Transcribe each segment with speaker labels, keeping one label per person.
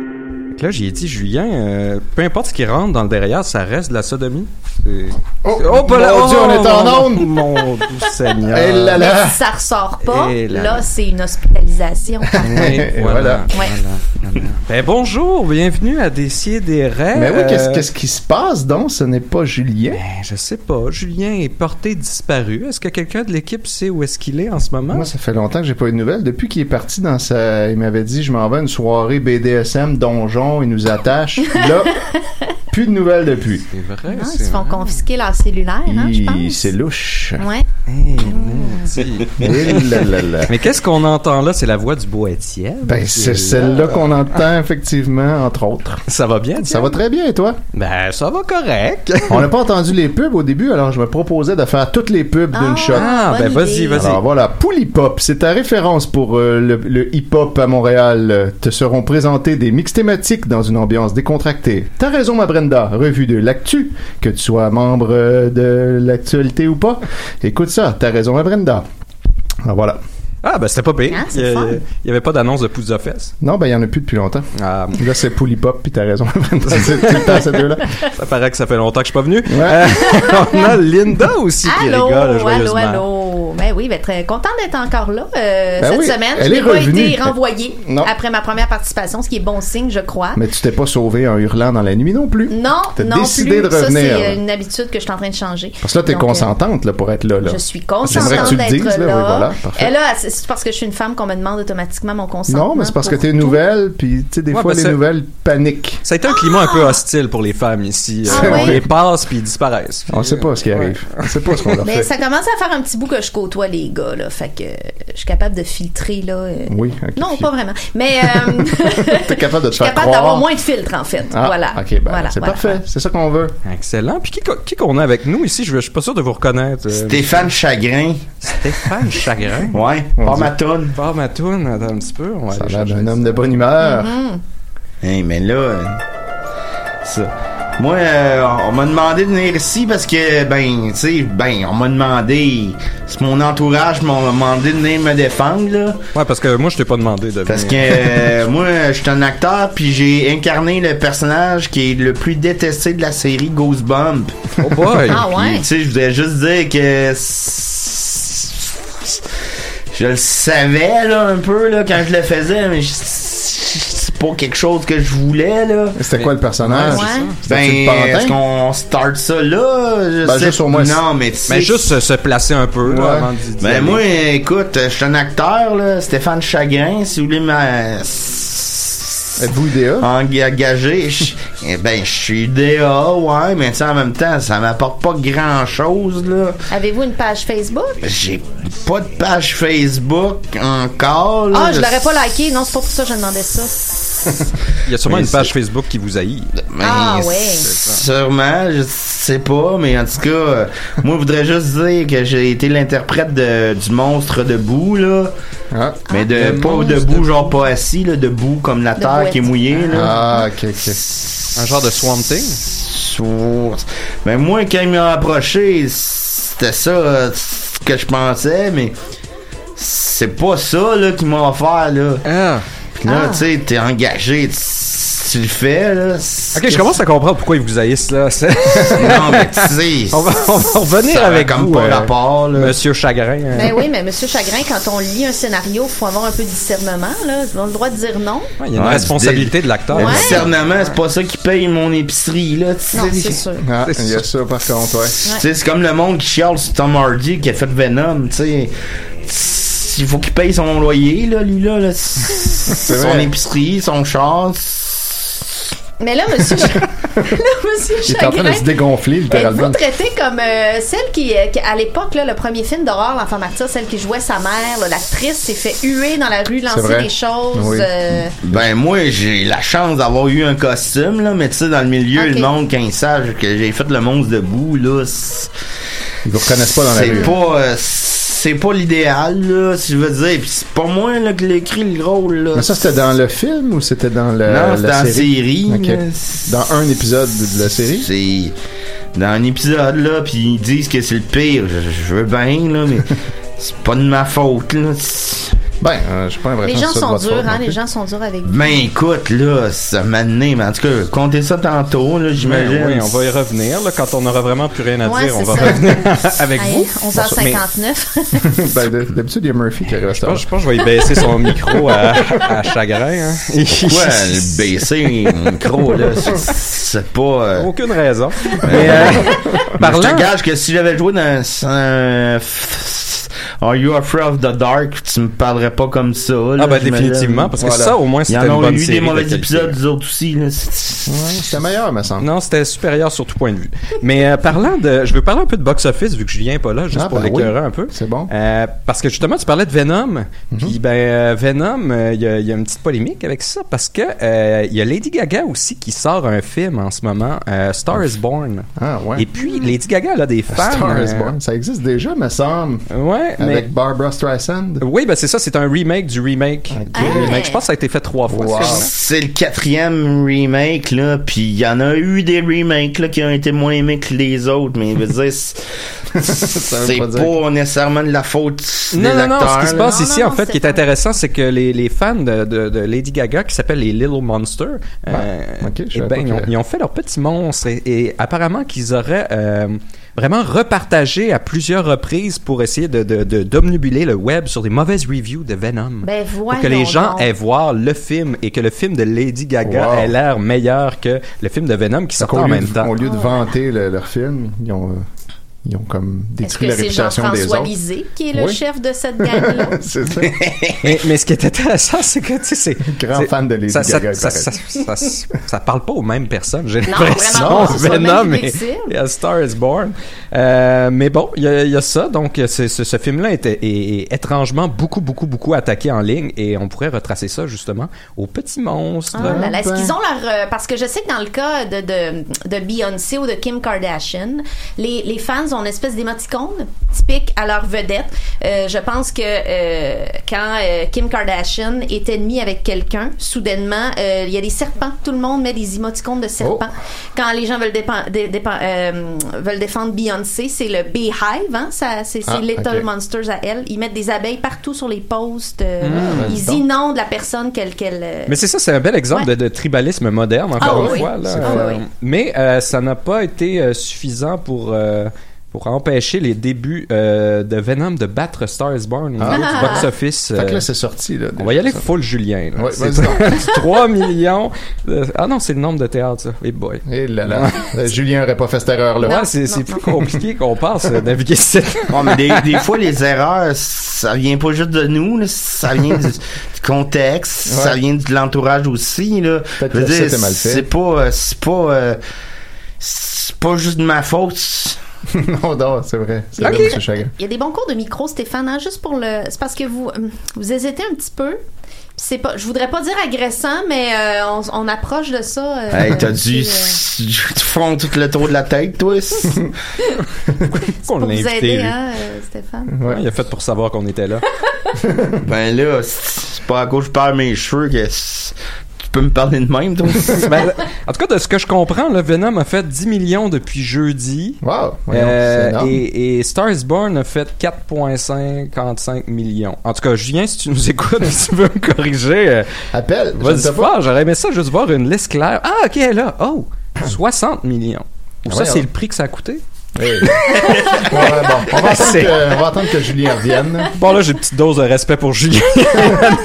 Speaker 1: époque-là, j'ai dit, Julien, euh, peu importe ce qui rentre dans le derrière, ça reste de la sodomie. C'est-
Speaker 2: Oh,
Speaker 1: Oh,
Speaker 2: mon
Speaker 1: bah là-
Speaker 2: Dieu,
Speaker 1: oh,
Speaker 2: on est en onde!
Speaker 1: Mon doux Seigneur.
Speaker 2: Eh là
Speaker 3: Mais
Speaker 2: là! eh
Speaker 3: si ça ressort pas,
Speaker 1: Et là,
Speaker 3: là,
Speaker 1: là.
Speaker 3: c'est une hospitalisation.
Speaker 1: Oui,
Speaker 2: Voilà.
Speaker 1: voilà. voilà. Ben, bonjour, bienvenue à Décier des rêves.
Speaker 2: Mais oui, qu'est-ce qu'est-ce qui se passe donc? Ce n'est pas Julien.
Speaker 1: ben, Je sais pas, Julien est porté disparu. Est-ce que quelqu'un de l'équipe sait où est-ce qu'il est en ce moment?
Speaker 2: Moi, ça fait longtemps que j'ai pas eu de nouvelles. Depuis qu'il est parti dans sa. Il m'avait dit je m'en vais à une soirée BDSM, donjon, il nous attache. Là, plus de nouvelles depuis.
Speaker 1: C'est vrai,
Speaker 3: Non, ils
Speaker 1: c'est
Speaker 3: hein, se font
Speaker 1: vrai.
Speaker 3: confisquer leur cellulaire, hein, je
Speaker 2: Il-
Speaker 3: pense.
Speaker 2: C'est louche.
Speaker 3: Ouais.
Speaker 1: Eh, maudit.
Speaker 2: Eh là là là.
Speaker 1: Mais qu'est-ce qu'on entend là? C'est la voix du boîtier.
Speaker 2: Ben, c'est celle-là qu'on entend, effectivement, entre autres.
Speaker 1: Ça va bien,
Speaker 2: Ça
Speaker 1: Étienne?
Speaker 2: va très bien, et toi?
Speaker 1: Ben, ça va correct.
Speaker 2: On n'a pas entendu les pubs au début, alors je me proposais de faire toutes les pubs d'une
Speaker 3: Ah.
Speaker 2: shot.
Speaker 1: Ah, ben,
Speaker 3: bonne
Speaker 1: vas-y,
Speaker 3: idée.
Speaker 1: vas-y.
Speaker 2: Alors voilà, Poulipop, c'est ta référence pour euh, le, le hip-hop à Montréal. Euh, Te seront présentés des mix thématiques dans une ambiance décontractée. T'as raison, ma Brenda. Revue de l'actu, que tu sois membre euh, de l'actualité ou pas. Écoute ça, t'as raison, ma Brenda. Alors voilà.
Speaker 1: Ah, ben, c'était pas pire.
Speaker 3: Hein,
Speaker 1: il
Speaker 3: c'est
Speaker 1: y,
Speaker 3: fun.
Speaker 1: il y avait pas d'annonce de pouce fesses.
Speaker 2: Non, ben il y en a plus depuis longtemps.
Speaker 1: Ah,
Speaker 2: Là, c'est Poulipop, puis t'as raison, ma Brenda. C'est tout le temps ces deux-là.
Speaker 1: ça paraît que ça fait longtemps que je suis pas venu.
Speaker 2: Ouais.
Speaker 1: Euh, on a Linda aussi
Speaker 3: Allô,
Speaker 1: qui rigole
Speaker 3: allô,
Speaker 1: joyeusement.
Speaker 3: allô. Ben oui, ben très contente d'être encore là euh,
Speaker 2: Ben
Speaker 3: cette
Speaker 2: oui,
Speaker 3: semaine.
Speaker 2: elle
Speaker 3: je
Speaker 2: est
Speaker 3: n'ai pas
Speaker 2: revenue.
Speaker 3: été renvoyée
Speaker 2: Non.
Speaker 3: après ma première participation, ce qui est bon signe, je crois.
Speaker 2: Mais tu t'es pas sauvé en hurlant dans la nuit non plus.
Speaker 3: Non,
Speaker 2: T'as
Speaker 3: non
Speaker 2: décidé
Speaker 3: plus.
Speaker 2: de
Speaker 3: Ça,
Speaker 2: revenir.
Speaker 3: c'est euh, une habitude que je suis en train de changer.
Speaker 2: Parce que là, t'es
Speaker 3: Donc, euh,
Speaker 2: consentante là, pour être là. là.
Speaker 3: Je suis
Speaker 2: J'aimerais que
Speaker 3: consentante
Speaker 2: tu le
Speaker 3: d'être
Speaker 2: dises, là,
Speaker 3: là.
Speaker 2: oui, voilà, parfait.
Speaker 3: Et là, c'est c'est parce que je suis une femme qu'on me demande automatiquement mon consentement.
Speaker 2: Non, mais c'est parce que
Speaker 3: pour
Speaker 2: t'es
Speaker 3: tout.
Speaker 2: nouvelle, puis tu sais, des
Speaker 1: Ouais,
Speaker 2: fois,
Speaker 1: ben,
Speaker 2: les
Speaker 1: c'est-
Speaker 2: nouvelles paniquent.
Speaker 1: Ça a été un climat un peu hostile pour les femmes ici.
Speaker 3: Ah
Speaker 1: Euh, on
Speaker 3: oui?
Speaker 1: les passe puis ils disparaissent.
Speaker 2: On sait pas ce qui arrive. On sait pas ce qu'on leur
Speaker 3: Mais
Speaker 2: fait.
Speaker 3: ça commence à faire un petit bout que je côtoie les gars, là. Fait que euh, je suis capable de filtrer, là. euh.
Speaker 2: Oui, ok.
Speaker 3: Non, pas vraiment. Mais euh,
Speaker 2: T'es capable de te
Speaker 3: je suis
Speaker 2: faire croire.
Speaker 3: capable d'avoir moins de filtres, en fait.
Speaker 2: Ah,
Speaker 3: voilà.
Speaker 2: Ok, ben,
Speaker 3: Voilà,
Speaker 2: c'est
Speaker 3: voilà.
Speaker 2: parfait. C'est ça qu'on veut.
Speaker 1: Excellent. Puis qui, qui qu'on a avec nous ici? Je, veux- je suis pas sûr de vous reconnaître. Euh,
Speaker 4: Stéphane Chagrin.
Speaker 1: Stéphane Chagrin.
Speaker 4: Ouais,
Speaker 2: On
Speaker 4: pas
Speaker 2: dit-
Speaker 4: ma toune.
Speaker 1: Barre ma toune, attends un petit peu. On va
Speaker 2: Ça a
Speaker 1: aller
Speaker 2: l'air
Speaker 1: chercher
Speaker 2: d'un homme
Speaker 1: ça.
Speaker 2: de bonne humeur.
Speaker 3: Mhm.
Speaker 4: Hey, mais là, euh, ça. Moi, euh, on m'a demandé de venir ici parce que, ben, tu sais, ben, on m'a demandé. C'est mon entourage m'a demandé de venir me défendre, là.
Speaker 1: Ouais, parce que moi, je t'ai pas demandé de
Speaker 4: Parce que
Speaker 1: venir.
Speaker 4: euh, moi, je suis un acteur, puis j'ai incarné le personnage qui est le plus détesté de la série Goosebump.
Speaker 1: Oh boy!
Speaker 3: Ah
Speaker 4: Puis,
Speaker 3: ouais?
Speaker 4: Tu sais, je voudrais juste dire que. s- Je le savais, là, un peu, là, quand je le faisais, mais je- c'est pas quelque chose que je voulais, là.
Speaker 2: C'était quoi le personnage?
Speaker 3: Ouais.
Speaker 2: C'était-tu
Speaker 4: Ben,
Speaker 2: le pantin?
Speaker 4: est-ce qu'on start ça là? Je
Speaker 2: Ben, juste au moins, ben, euh,
Speaker 4: Non, mais tu sais.
Speaker 1: Mais juste se, se placer un peu là,
Speaker 2: Ouais.
Speaker 1: avant d'y- d'y
Speaker 4: Ben,
Speaker 1: aller.
Speaker 4: moi, écoute, je suis un acteur, là, Stéphane Chagrin, si vous voulez m'a-
Speaker 2: Êtes-vous IDA?
Speaker 4: engagé. je- eh ben, je suis DA, ouais, mais tu sais, en même temps, ça m'apporte pas grand chose, là.
Speaker 3: Avez-vous une page Facebook?
Speaker 2: Euh,
Speaker 4: J'ai pas de page Facebook encore. là.
Speaker 3: Ah, je l'aurais pas liké. Non, c'est pas pour ça que je demandais ça.
Speaker 1: Il y a sûrement
Speaker 4: Mais
Speaker 1: une page
Speaker 4: c'est-
Speaker 1: Facebook qui vous haït.
Speaker 4: Mais
Speaker 3: Ah, ouais.
Speaker 4: ben, Sûrement, je sais pas, mais en tout cas, euh, moi, je voudrais juste dire que j'ai été l'interprète de- du monstre debout, là.
Speaker 2: Ah.
Speaker 4: Mais de,
Speaker 1: le
Speaker 4: pas
Speaker 1: monstre
Speaker 4: debout, genre pas assis, là, debout comme la
Speaker 3: De
Speaker 4: terre qui est
Speaker 3: boîte.
Speaker 4: mouillée, là.
Speaker 2: Ah, ok, ok.
Speaker 1: Un genre de Swamp Thing?
Speaker 4: Sou- Mais Ben, moi, quand il m'a approché, c'était ça euh, que je pensais, mais c'est pas ça, là, qu'ils m'ont offert, là.
Speaker 1: Ah.
Speaker 4: Puis là,
Speaker 3: Ah.
Speaker 4: tu sais, t'es engagé, tu, tu le fais, là.
Speaker 1: Ok, je commence à comprendre pourquoi ils vous haïssent là. C'est-
Speaker 4: Non, mais tu sais.
Speaker 1: on, va, on va revenir
Speaker 4: ça a
Speaker 1: avec
Speaker 4: comme
Speaker 1: vous,
Speaker 4: pas
Speaker 1: euh,
Speaker 4: rapport, là.
Speaker 1: Monsieur Chagrin. hein.
Speaker 3: Ben oui, mais Monsieur Chagrin, quand on lit un scénario, faut avoir un peu de discernement, là. Ils ont le droit de dire non.
Speaker 1: Ouais, il y a une
Speaker 4: Ouais,
Speaker 1: responsabilité de l'acteur.
Speaker 4: Le
Speaker 3: Ouais.
Speaker 4: discernement, c'est pas ça qui paye mon épicerie, là, tu sais.
Speaker 3: Non, c'est sûr.
Speaker 2: Ah,
Speaker 1: C'est
Speaker 2: il y a ça par contre, ouais.
Speaker 4: Tu sais, c'est comme le monde qui chiale sur Tom Hardy qui a fait Venom, tu sais. Il faut qu'il paye son loyer, là, lui, là. là. son
Speaker 2: vrai.
Speaker 4: épicerie, son char.
Speaker 3: Mais là, Monsieur, Ch- là, Monsieur
Speaker 2: Il est en train de
Speaker 3: Chagrin,
Speaker 2: se dégonfler,
Speaker 3: Êtes-vous
Speaker 2: littéralement.
Speaker 3: traité comme euh, celle qui, euh, qui, à l'époque, là, le premier film d'horreur, l'enfant martyr, celle qui jouait sa mère, là, l'actrice s'est fait huer dans la rue, lancer
Speaker 2: vrai.
Speaker 3: des choses.
Speaker 2: Oui.
Speaker 3: euh,
Speaker 4: Ben, moi, j'ai la chance d'avoir eu un costume, là, mais tu sais, dans le milieu,
Speaker 3: Ok.
Speaker 4: le monde, quand ils savent que j'ai fait le monstre debout, là.
Speaker 2: Ils vous reconnaissent pas dans la
Speaker 4: c'est
Speaker 2: rue.
Speaker 4: pas euh, c'est pas l'idéal là si je veux dire puis c'est pas moi là qui l'écrit le rôle là
Speaker 2: Mais ça, c'était dans le film ou c'était dans la,
Speaker 4: non c'est dans
Speaker 2: la
Speaker 4: la
Speaker 2: série?
Speaker 4: série,
Speaker 2: Ok.
Speaker 4: là.
Speaker 2: Dans un épisode de la série?
Speaker 4: c'est dans un épisode là puis ils disent que c'est le pire je, je veux bien là mais c'est pas de ma faute là
Speaker 2: Ben, euh, je suis pas un vrai
Speaker 3: Les
Speaker 2: fan,
Speaker 3: gens
Speaker 2: c'est ça,
Speaker 3: sont
Speaker 2: de votre
Speaker 3: durs,
Speaker 2: faute non
Speaker 3: hein, les
Speaker 2: plus.
Speaker 3: gens sont durs avec vous.
Speaker 4: Ben écoute, là, ça m'a donné, mais en tout cas, comptez ça tantôt, là, j'imagine.
Speaker 1: Ben oui, on va y revenir. Là, quand on aura vraiment plus rien à
Speaker 3: Ouais,
Speaker 1: dire, on
Speaker 3: c'est
Speaker 1: va
Speaker 3: ça.
Speaker 1: revenir avec
Speaker 3: Hey,
Speaker 1: vous.
Speaker 3: 11h59.
Speaker 2: Ben, de- D'habitude, il y a Murphy qui reste
Speaker 1: Je pense, je pense que je vais y baisser son micro à, à chagrin. Hein.
Speaker 4: Pourquoi le baisser mon micro, là? c'est- C'est pas. euh,
Speaker 1: Aucune raison. Mais, euh,
Speaker 4: Je te
Speaker 1: parlant,
Speaker 4: gage que si j'avais joué dans un. Are you afraid of the dark? Tu me parlerais pas comme ça. Là,
Speaker 1: Ah ben
Speaker 4: j'imagine.
Speaker 1: définitivement, parce que
Speaker 4: Voilà.
Speaker 1: ça au moins
Speaker 4: Il y
Speaker 1: c'était
Speaker 4: en
Speaker 1: une
Speaker 4: a
Speaker 1: bonne
Speaker 4: eu
Speaker 1: série.
Speaker 4: des
Speaker 1: de
Speaker 4: mauvais
Speaker 1: qualité.
Speaker 4: épisodes, les autres aussi. Là. C'est-
Speaker 2: C'était meilleur, me semble.
Speaker 1: Hein? Non, c'était supérieur sur tout point de vue. Mais euh, parlant de... Je veux parler un peu de box-office, vu que Julien est pas là, juste
Speaker 2: Ah,
Speaker 1: pour
Speaker 2: ben
Speaker 1: l'écœurer
Speaker 2: oui.
Speaker 1: un peu.
Speaker 2: C'est bon. Mhm.
Speaker 1: Euh, parce que justement, tu parlais de Venom. Puis ben euh, Venom, euh, il y, a- il y a une petite polémique avec ça, parce que euh, il y a Lady Gaga aussi qui sort un film en ce moment, euh, Star is Born.
Speaker 2: Ah, ouais.
Speaker 1: Et puis, Lady Gaga, elle a des fans...
Speaker 2: Star is
Speaker 1: euh,
Speaker 2: Born. Ça existe déjà, me semble.
Speaker 1: Ouais, mais...
Speaker 2: Avec Barbara Streisand.
Speaker 1: Oui, ben c'est ça, c'est un remake du remake. du
Speaker 3: Ah.
Speaker 1: remake. Je pense que ça hein? a été fait trois fois.
Speaker 2: Wow.
Speaker 1: c'est vrai.
Speaker 4: Ah, C'est le quatrième remake, là, puis il y en a eu des remakes, là, qui ont été moins aimés que les autres, mais je veux dire, c'est-
Speaker 2: veut
Speaker 4: c'est
Speaker 2: pas
Speaker 4: pas,
Speaker 2: dire
Speaker 4: nécessairement de la faute des
Speaker 1: Non, non, non,
Speaker 4: acteurs,
Speaker 1: ce qui se
Speaker 4: là.
Speaker 1: passe
Speaker 3: Non,
Speaker 1: ici,
Speaker 3: non,
Speaker 1: en
Speaker 3: non,
Speaker 1: fait,
Speaker 3: c'est
Speaker 1: qui est
Speaker 3: pas-
Speaker 1: intéressant, c'est que les, les fans de, de- de Lady Gaga, qui s'appellent les Little Monsters, euh,
Speaker 2: Ah, ok, je
Speaker 1: eh
Speaker 2: savais
Speaker 1: ben,
Speaker 2: pas
Speaker 1: ils, ont,
Speaker 2: que-
Speaker 1: ils ont fait leur petit monstre et, et apparemment qu'ils auraient euh, vraiment repartagé à plusieurs reprises pour essayer de, de, de- d'omnubiler le web sur des mauvaises reviews de Venom.
Speaker 3: Ben
Speaker 1: pour
Speaker 3: voyons
Speaker 1: que les gens
Speaker 3: donc.
Speaker 1: aient voir le film et que le film de Lady Gaga
Speaker 2: Wow.
Speaker 1: ait l'air meilleur que le film de Venom qui sort
Speaker 2: Au
Speaker 1: en
Speaker 2: lieu
Speaker 1: même
Speaker 2: de-
Speaker 1: temps.
Speaker 2: Au lieu de vanter le- leur film, ils ont, euh, ils ont comme
Speaker 3: Est-ce
Speaker 2: détruit
Speaker 3: que
Speaker 2: la
Speaker 3: c'est
Speaker 2: réputation des
Speaker 3: Jean-François
Speaker 2: autres.
Speaker 3: Lisée qui est le
Speaker 2: Oui.
Speaker 3: chef de cette gang-là?
Speaker 2: C'est ça.
Speaker 1: Mais, mais ce qui est intéressant, c'est que, tu sais, c'est.
Speaker 2: Grand
Speaker 1: c'est-
Speaker 2: fan de Lady
Speaker 1: ça, ça-
Speaker 2: Gaga, il
Speaker 1: Ça,
Speaker 2: paraît.
Speaker 1: ça, ça, ça- ça parle pas aux mêmes personnes, j'ai
Speaker 3: Non,
Speaker 1: l'impression.
Speaker 3: vraiment pas, c'est pas le même
Speaker 1: Venom
Speaker 3: public
Speaker 1: et,
Speaker 3: cible.
Speaker 1: et A Star is Born. Euh, mais bon, il y, a- il y a ça. Donc, c'est- ce, ce film-là était est- est étrangement beaucoup, beaucoup, beaucoup attaqué en ligne et on pourrait retracer ça, justement, aux petits monstres.
Speaker 3: Ah là là, Est-ce qu'ils ont leur... euh, parce que je sais que dans le cas de, de, de Beyoncé ou de Kim Kardashian, les, les fans ont une espèce d'émoticône typique à leur vedette. Euh, je pense que euh, quand euh, Kim Kardashian est ennemie avec quelqu'un, soudainement, euh, il y a des serpents. Tout le monde met des émoticônes de
Speaker 2: Oh.
Speaker 3: serpents. Quand les gens veulent, dépen- dé- dépen- euh, veulent défendre Beyoncé, c'est le Beehive, hein? Ça, c'est c'est
Speaker 2: Ah,
Speaker 3: Little
Speaker 2: ok.
Speaker 3: Monsters à elle. Ils mettent des abeilles partout sur les posts. euh,
Speaker 2: ben, dis
Speaker 3: ils
Speaker 2: donc.
Speaker 3: inondent la personne qu'elle... qu'elle euh,
Speaker 1: Mais c'est ça, c'est un bel exemple
Speaker 3: Ouais.
Speaker 1: de, de tribalisme moderne, encore
Speaker 3: Ah
Speaker 1: une
Speaker 3: oui.
Speaker 1: fois. là.
Speaker 3: C'est
Speaker 1: Euh,
Speaker 3: vrai.
Speaker 1: Mais euh, ça n'a pas été euh, suffisant pour, euh, pour empêcher les débuts euh, de Venom de battre Star is Born au
Speaker 2: Ah.
Speaker 1: niveau du box-office.
Speaker 2: Fait que
Speaker 1: euh,
Speaker 2: là, c'est sorti. Là,
Speaker 1: on va y aller full Julien. là.
Speaker 2: Ouais,
Speaker 1: C'est
Speaker 2: vas-y.
Speaker 1: 3 millions. de- Ah non, c'est le nombre de théâtres, ça. Eh boy.
Speaker 2: Et là là. Euh, Julien aurait pas fait cette erreur-là.
Speaker 1: Ouais, c'est c'est plus compliqué qu'on pense euh, naviguer cette
Speaker 4: Ouais, mais des, des fois, les erreurs, ça vient pas juste de nous, là, ça vient du, du contexte,
Speaker 2: Ouais.
Speaker 4: ça vient de l'entourage aussi. Là.
Speaker 2: Peut-être
Speaker 4: Je veux
Speaker 2: que
Speaker 4: dire,
Speaker 2: c'était mal fait.
Speaker 4: C'est pas, euh, c'est pas, euh, c'est pas juste de ma faute.
Speaker 2: non, non, c'est vrai. C'est
Speaker 1: Ok.
Speaker 2: vrai, Monsieur Chagrin.
Speaker 3: Il y a des bons cours de micro, Stéphane, hein, juste pour le. C'est parce que vous, hum, vous hésitez un petit peu. C'est pas, je voudrais pas dire agressant, mais euh, on, on approche de ça. euh,
Speaker 4: Hey, t'as dû
Speaker 3: puis, euh,
Speaker 4: s- du fond tout le tour de la tête, toi.
Speaker 1: qu'on
Speaker 3: pour
Speaker 1: l'a
Speaker 3: vous
Speaker 1: invité.
Speaker 3: aider,
Speaker 1: lui.
Speaker 3: hein, euh, Stéphane.
Speaker 2: Mhm.
Speaker 1: Ouais, Il a fait pour savoir qu'on était là.
Speaker 4: ben là, c'est pas à cause que je perds mes cheveux que c'est- tu peux me parler de même, toi.
Speaker 1: Ben, en tout cas, de ce que je comprends, le Venom a fait 10 millions depuis jeudi.
Speaker 2: Wow. voyons, c'est
Speaker 1: Euh,
Speaker 2: énorme.
Speaker 1: et, et Stars Born a fait 4,55 millions. En tout cas, Julien, si tu nous écoutes, si tu veux me corriger, euh,
Speaker 2: Appelle. je ne
Speaker 1: vas-y
Speaker 2: sais pas.
Speaker 1: fort. J'aurais aimé ça juste voir une liste claire. Ah, ok, là. Oh, 60 millions. Ou
Speaker 2: Ah
Speaker 1: ça,
Speaker 2: ouais,
Speaker 1: c'est
Speaker 2: hein.
Speaker 1: le prix que ça a coûté?
Speaker 2: Hey. Ouais, bon, on, va attendre
Speaker 1: C'est-
Speaker 2: que, on va attendre que Julien revienne.
Speaker 1: Bon, là, j'ai une petite dose de respect pour Julien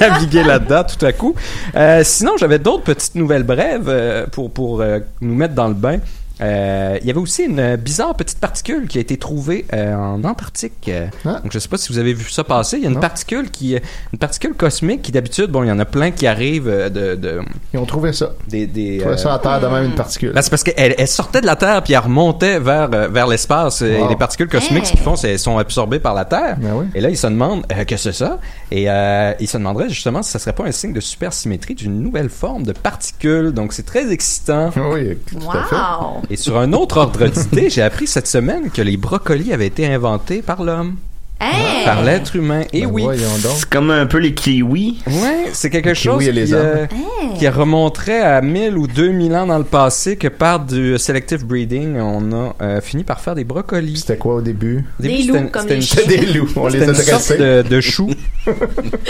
Speaker 1: à naviguer là-dedans tout à coup. Euh, sinon, j'avais d'autres petites nouvelles brèves euh, pour, pour euh, nous mettre dans le bain. Euh, Il y avait aussi une bizarre petite particule qui a été trouvée euh, en Antarctique. Euh,
Speaker 2: Ah.
Speaker 1: Donc, je ne sais pas si vous avez vu ça passer. Il y a une
Speaker 2: Non.
Speaker 1: particule qui, une particule cosmique qui d'habitude, bon, il y en a plein qui arrivent euh, de, de
Speaker 2: Ils ont trouvé ça.
Speaker 1: des, des,
Speaker 2: Ils ont trouvé
Speaker 1: euh,
Speaker 2: ça à terre de même
Speaker 3: Hmm.
Speaker 2: une particule.
Speaker 1: Là, Ben, c'est parce qu'elle elle sortait de la Terre puis elle remontait vers, euh, vers l'espace. euh,
Speaker 2: Wow.
Speaker 1: Et les particules cosmiques,
Speaker 3: Hey.
Speaker 1: ce qu'ils font, c'est qu'elles sont absorbées par la Terre.
Speaker 2: Ben oui.
Speaker 1: Et là, ils se demandent euh, que c'est ça. Et euh, ils se demanderaient justement si ça serait pas un signe de supersymétrie d'une nouvelle forme de particule. Donc, c'est très excitant.
Speaker 2: Oui, tout à fait.
Speaker 3: Wow!
Speaker 1: Et sur un autre ordre d'idée, j'ai appris cette semaine que les brocolis avaient été inventés par l'homme.
Speaker 3: Hey!
Speaker 1: par l'être humain. Et
Speaker 2: Ben
Speaker 1: oui.
Speaker 2: Voyons donc.
Speaker 4: C'est comme un peu les kiwis.
Speaker 1: Ouais, c'est quelque
Speaker 2: Les
Speaker 1: chose
Speaker 2: kiwis et les
Speaker 1: qui,
Speaker 2: hommes.
Speaker 1: euh,
Speaker 3: Hey!
Speaker 1: qui remonterait à 1000 ou 2000 ans dans le passé que par du selective breeding, on a euh, fini par faire des brocolis.
Speaker 2: C'était quoi au début?
Speaker 1: Au
Speaker 3: Des
Speaker 1: début,
Speaker 3: loups
Speaker 1: c'était-
Speaker 3: comme
Speaker 1: c'était
Speaker 3: les
Speaker 1: une-
Speaker 3: chiens.
Speaker 2: C'était des loups. On les
Speaker 1: C'était
Speaker 2: a
Speaker 1: une sorte
Speaker 2: dressés.
Speaker 1: de, de chou.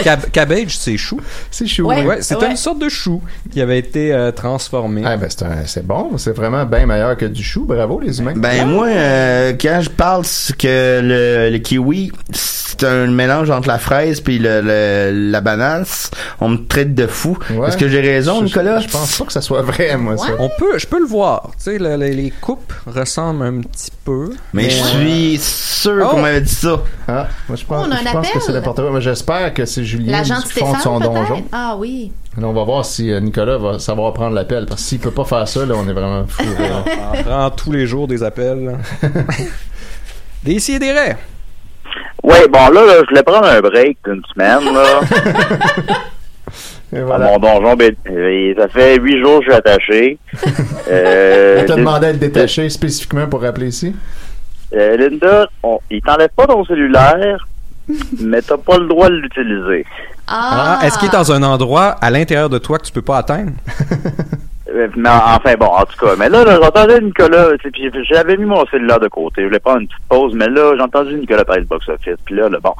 Speaker 1: Cab- cabbage, c'est chou.
Speaker 2: C'est chou.
Speaker 3: Ouais.
Speaker 2: oui.
Speaker 1: Ouais, c'était
Speaker 3: Ouais.
Speaker 1: une sorte de chou qui avait été euh, transformé.
Speaker 2: Ah, ben, c'est un- c'est bon. C'est vraiment bien meilleur que du chou. Bravo, les humains.
Speaker 4: Ben moi, euh, quand je parle c'est que le, le kiwi, c'est un mélange entre la fraise puis le, le- la banane, on me traite de fou.
Speaker 2: Ouais.
Speaker 4: Est-ce que j'ai raison,
Speaker 2: Je-
Speaker 4: Nicolas?
Speaker 2: Je pense pas que ça soit vrai, moi, ça.
Speaker 1: On peut, je peux le voir. Tu sais, le- le- les coupes ressemblent un petit peu.
Speaker 4: Mais je
Speaker 2: euh,
Speaker 4: suis sûr
Speaker 1: Oh!
Speaker 4: qu'on m'avait dit ça.
Speaker 2: Ah, moi, je pense,
Speaker 3: Oh, On a un
Speaker 2: je pense que
Speaker 3: appel.
Speaker 2: c'est n'importe quoi. Moi, j'espère que c'est Julien
Speaker 3: L'agent
Speaker 2: qui fonde son
Speaker 3: Stéphane,
Speaker 2: donjon.
Speaker 3: peut-être? Ah oui.
Speaker 2: Là, on va voir si euh, Nicolas va savoir prendre l'appel. Parce que s'il peut pas faire ça, là, on est vraiment fou.
Speaker 1: On prend tous les jours des appels. des si et des raies.
Speaker 5: Ouais, bon, là, là, je voulais prendre un break d'une semaine, là.
Speaker 2: Et
Speaker 5: à
Speaker 2: voilà.
Speaker 5: mon donjon, ben, euh, ça fait huit jours que je suis attaché. Euh,
Speaker 2: On t'a
Speaker 5: Lin-
Speaker 2: demandé à te détacher spécifiquement pour rappeler ici.
Speaker 5: euh, Linda, on, il t'enlève pas ton cellulaire, mais t'as pas le droit de l'utiliser.
Speaker 3: Ah,
Speaker 1: Ah, Est-ce qu'il est dans un endroit à l'intérieur de toi que tu peux pas atteindre?
Speaker 5: Euh, mais en- enfin, bon, en tout cas. Mais là, là, j'entendais Nicolas, tu sais, puis j'avais mis mon cellulaire de côté. Je voulais prendre une petite pause, mais là, j'ai entendu Nicolas parler de box-office. Puis là, là, bon,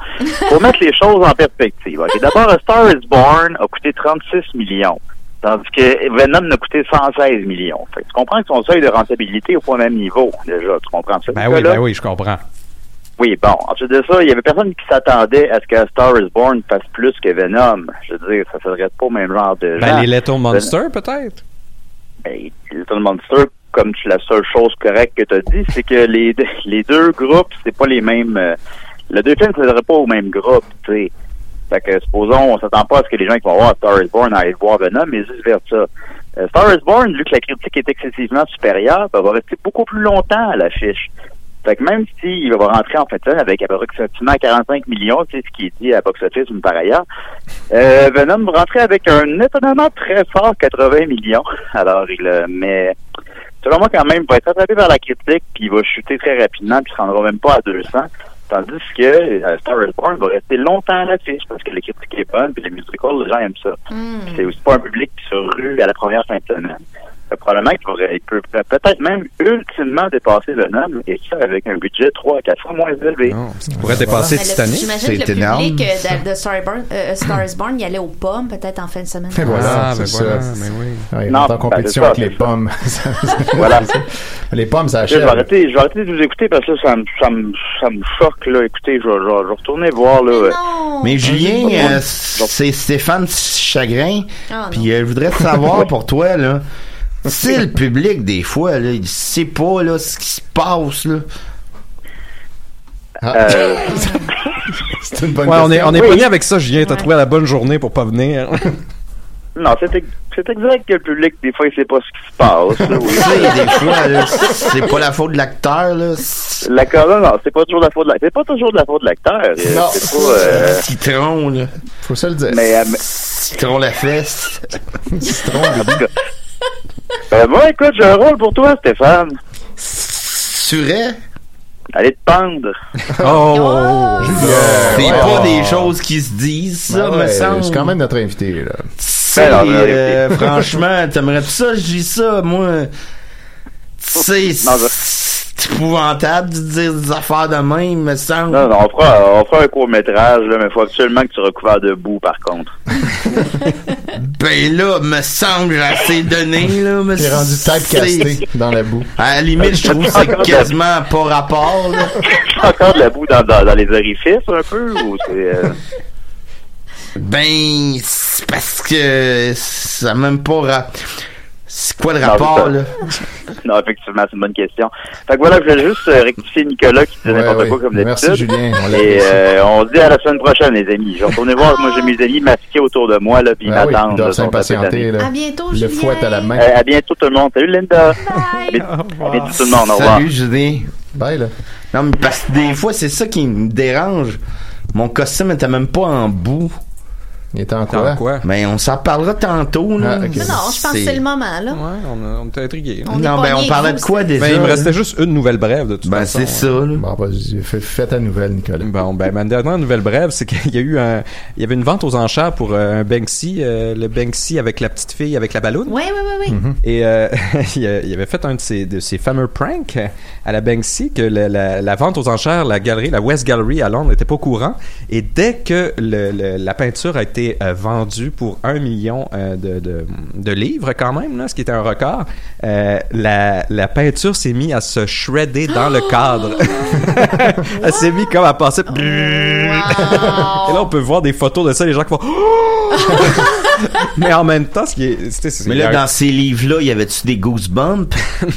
Speaker 5: pour mettre les choses en perspective. ok. D'abord, A Star is Born a coûté 36 millions. Tandis que Venom n'a coûté 116 millions. Fait que tu comprends que son seuil de rentabilité est pas au même niveau, déjà. Tu comprends ça?
Speaker 1: Ben oui,
Speaker 5: Nicolas?
Speaker 1: ben oui, je comprends.
Speaker 5: Oui, bon. Ensuite de ça, il y avait personne qui s'attendait à ce que Star is Born fasse plus que Venom. Je veux dire, ça s'adresse pas au même genre de gens.
Speaker 1: Ben, les Little Monsters, peut-être?
Speaker 5: Ben, Little Monster, comme tu- la seule chose correcte que tu as dit, c'est que les, deux- les deux groupes, c'est pas les mêmes. euh, le deux films, ne pas au même groupe, tu sais. Fait que, supposons, on s'attend pas à ce que les gens qui vont voir Star is Born aillent voir Venom, mais juste vers ça. Euh, Star is Born, vu que la critique est excessivement supérieure, ben, va rester beaucoup plus longtemps à l'affiche. Fait que même s'il va rentrer en fait avec approximativement 45 millions, c'est ce qui est dit à Box Office ou par ailleurs, euh, Venom va rentrer avec un étonnamment très fort 80 millions. Alors, il euh, mais selon moi, quand même, il va être attrapé par la critique, puis il va chuter très rapidement, puis il ne se rendra même pas à 200. Tandis que euh, Star is Born va rester longtemps à l'affiche, parce que la critique est bonne, puis les musicals, les gens aiment ça.
Speaker 3: Mm. Hmm.
Speaker 5: Puis C'est aussi pas un public qui se rue à la première fin de semaine. Euh, Probablement qu'il pourrait- il peut peut-être même ultimement dépasser Venom, et ça avec un budget 3 à 4 fois moins élevé.
Speaker 1: Non, parce qu'il pourrait dépasser
Speaker 3: Mais le-
Speaker 1: Titanic.
Speaker 3: J'imagine que le
Speaker 4: c'est énorme,
Speaker 3: public euh, de, de Star, is Born, euh, Star is Born, il allait aux pommes peut-être en fin de semaine.
Speaker 2: Et voilà,
Speaker 1: ah, ben
Speaker 2: c'est
Speaker 1: voilà,
Speaker 2: ça.
Speaker 1: mais oui.
Speaker 2: Ah, il
Speaker 5: Non,
Speaker 2: est en
Speaker 5: ben,
Speaker 2: compétition
Speaker 5: c'est
Speaker 2: avec
Speaker 5: ça,
Speaker 2: les
Speaker 5: c'est
Speaker 2: pommes.
Speaker 5: Voilà.
Speaker 2: les pommes, ça
Speaker 5: Je vais,
Speaker 2: achève.
Speaker 5: arrêter, je vais arrêter de vous écouter parce que là, ça me, ça me, ça me choque. Là. Écoutez, je, vais- je, vais- je vais retourner voir. Là.
Speaker 3: Mais non!
Speaker 4: Mais Julien,
Speaker 5: ouais.
Speaker 4: euh, c'est Stéphane Chagrin.
Speaker 3: Ah, non.
Speaker 4: Puis euh, je voudrais te savoir pour toi, là. Si le public, des fois, là, il sait pas là, ce qui se passe, là.
Speaker 5: Euh,
Speaker 2: C'est une bonne
Speaker 1: Ouais, on est,
Speaker 2: question.
Speaker 1: on est
Speaker 5: Oui.
Speaker 1: pogné avec ça, Julien. T'as
Speaker 3: Ouais.
Speaker 1: trouvé la bonne journée pour pas venir.
Speaker 5: non, c'est ex- c'est exact que le public, des fois, il sait pas ce qui se passe. là, oui.
Speaker 4: Tu sais, des fois, là, c'est pas la faute de l'acteur, là. C'est
Speaker 5: La colonne, non, c'est pas toujours de la faute de l'acteur. C'est pas toujours de la faute de l'acteur. Euh,
Speaker 2: Non.
Speaker 5: C'est pas. euh,
Speaker 4: Citron, là.
Speaker 2: Faut ça le dire.
Speaker 5: mais, euh,
Speaker 4: Citron la fesse.
Speaker 5: mais- euh, moi, écoute, j'ai un rôle pour toi, Stéphane.
Speaker 4: Suret.
Speaker 5: Allez te pendre.
Speaker 1: Oh!
Speaker 4: C'est
Speaker 2: Euh, Ouais.
Speaker 4: pas des choses qui se disent, ça,
Speaker 2: Ah ouais,
Speaker 4: me semble.
Speaker 2: C'est quand même notre invité, là.
Speaker 4: C'est,
Speaker 5: Ben non, mais
Speaker 4: euh, franchement, t'aimerais-tu ça? Je dis ça, moi. C'est
Speaker 5: Non, je-
Speaker 4: c'est épouvantable de dire des affaires de même, me semble.
Speaker 5: Non, non, on fera, on fera un court-métrage, là, mais il faut absolument que tu sois recouvert de boue, par contre.
Speaker 4: Ben là, me semble, j'ai assez donné, là. me
Speaker 2: T'es rendu
Speaker 4: c'est-
Speaker 2: typecasté dans la boue.
Speaker 4: À la limite, je trouve que c'est quasiment pas rapport, là.
Speaker 5: Encore de la boue dans, dans, dans les orifices, un peu, ou c'est. euh,
Speaker 4: Ben, c'est parce que ça a même pas rap... C'est quoi le
Speaker 5: Non,
Speaker 4: rapport,
Speaker 5: c'est ça.
Speaker 4: là?
Speaker 5: Non, effectivement, c'est une bonne question. Fait que voilà, je voulais juste euh, rectifier Nicolas qui disait
Speaker 2: Ouais,
Speaker 5: n'importe
Speaker 2: ouais.
Speaker 5: quoi comme
Speaker 2: Merci,
Speaker 5: d'habitude.
Speaker 2: Julien. On l'a
Speaker 5: Et
Speaker 2: apprécié.
Speaker 5: euh, on se dit à la semaine prochaine, les amis. Je vais retourner voir. Moi, j'ai mes amis masqués autour de moi, là, puis ils
Speaker 2: Ben oui,
Speaker 5: m'attendent.
Speaker 2: ils
Speaker 5: là,
Speaker 2: doivent
Speaker 5: sont
Speaker 2: s'impatienter,
Speaker 5: appelés.
Speaker 2: là.
Speaker 3: À bientôt,
Speaker 2: Le
Speaker 3: Julien.
Speaker 2: fouet à la main.
Speaker 5: Euh, à bientôt, tout le monde. Salut, Linda.
Speaker 3: Bye.
Speaker 5: À bientôt, tout le monde. Au revoir.
Speaker 4: Salut, Julien.
Speaker 2: Bye, là.
Speaker 4: Non, mais parce que des fois, c'est ça qui me dérange. Mon costume était même pas en bout.
Speaker 2: Il était en
Speaker 1: Dans
Speaker 2: quoi?
Speaker 1: quoi?
Speaker 4: Mais on s'en parlera tantôt. Là.
Speaker 2: Ah, ok.
Speaker 3: Non, non, je pense que c'est le moment, là.
Speaker 1: Ouais, on, a- on était intrigués. là.
Speaker 3: On est
Speaker 4: Non, ben
Speaker 3: pogné
Speaker 4: on
Speaker 3: avec
Speaker 4: parlait
Speaker 3: vous,
Speaker 4: de quoi
Speaker 3: c'est-
Speaker 4: déjà?
Speaker 1: Ben, il me
Speaker 4: là?
Speaker 1: restait juste une nouvelle brève de toute
Speaker 4: Ben
Speaker 1: façon.
Speaker 4: c'est ça. Là.
Speaker 2: Bon, bah, vas-y, fais, fais ta nouvelle, Nicolas.
Speaker 1: Bon, ben, ma dernière nouvelle brève, c'est qu'il y a eu un, il y avait une vente aux enchères pour euh, un Banksy, euh, le Banksy avec la petite fille avec la balloune.
Speaker 3: Oui, oui, oui, oui.
Speaker 2: Mhm.
Speaker 1: Et euh, il a- il avait fait un de ses, de ses fameux pranks à la Banksy que la, la- la vente aux enchères, la galerie, la West Gallery à Londres n'était pas au courant. Et dès que le- le- la peinture a été euh, vendue pour un million euh, de, de- de livres quand même, là, ce qui était un record, euh, la, la peinture s'est mise à se shredder dans le cadre. Elle s'est mise comme à passer...
Speaker 3: Wow. Oh.
Speaker 1: Et là, on peut voir des photos de ça, les gens qui font. Oh! Mais en même temps, ce qui est. c'est- c'est-
Speaker 4: Mais là, dans ces livres-là, y avait-tu des goosebumps?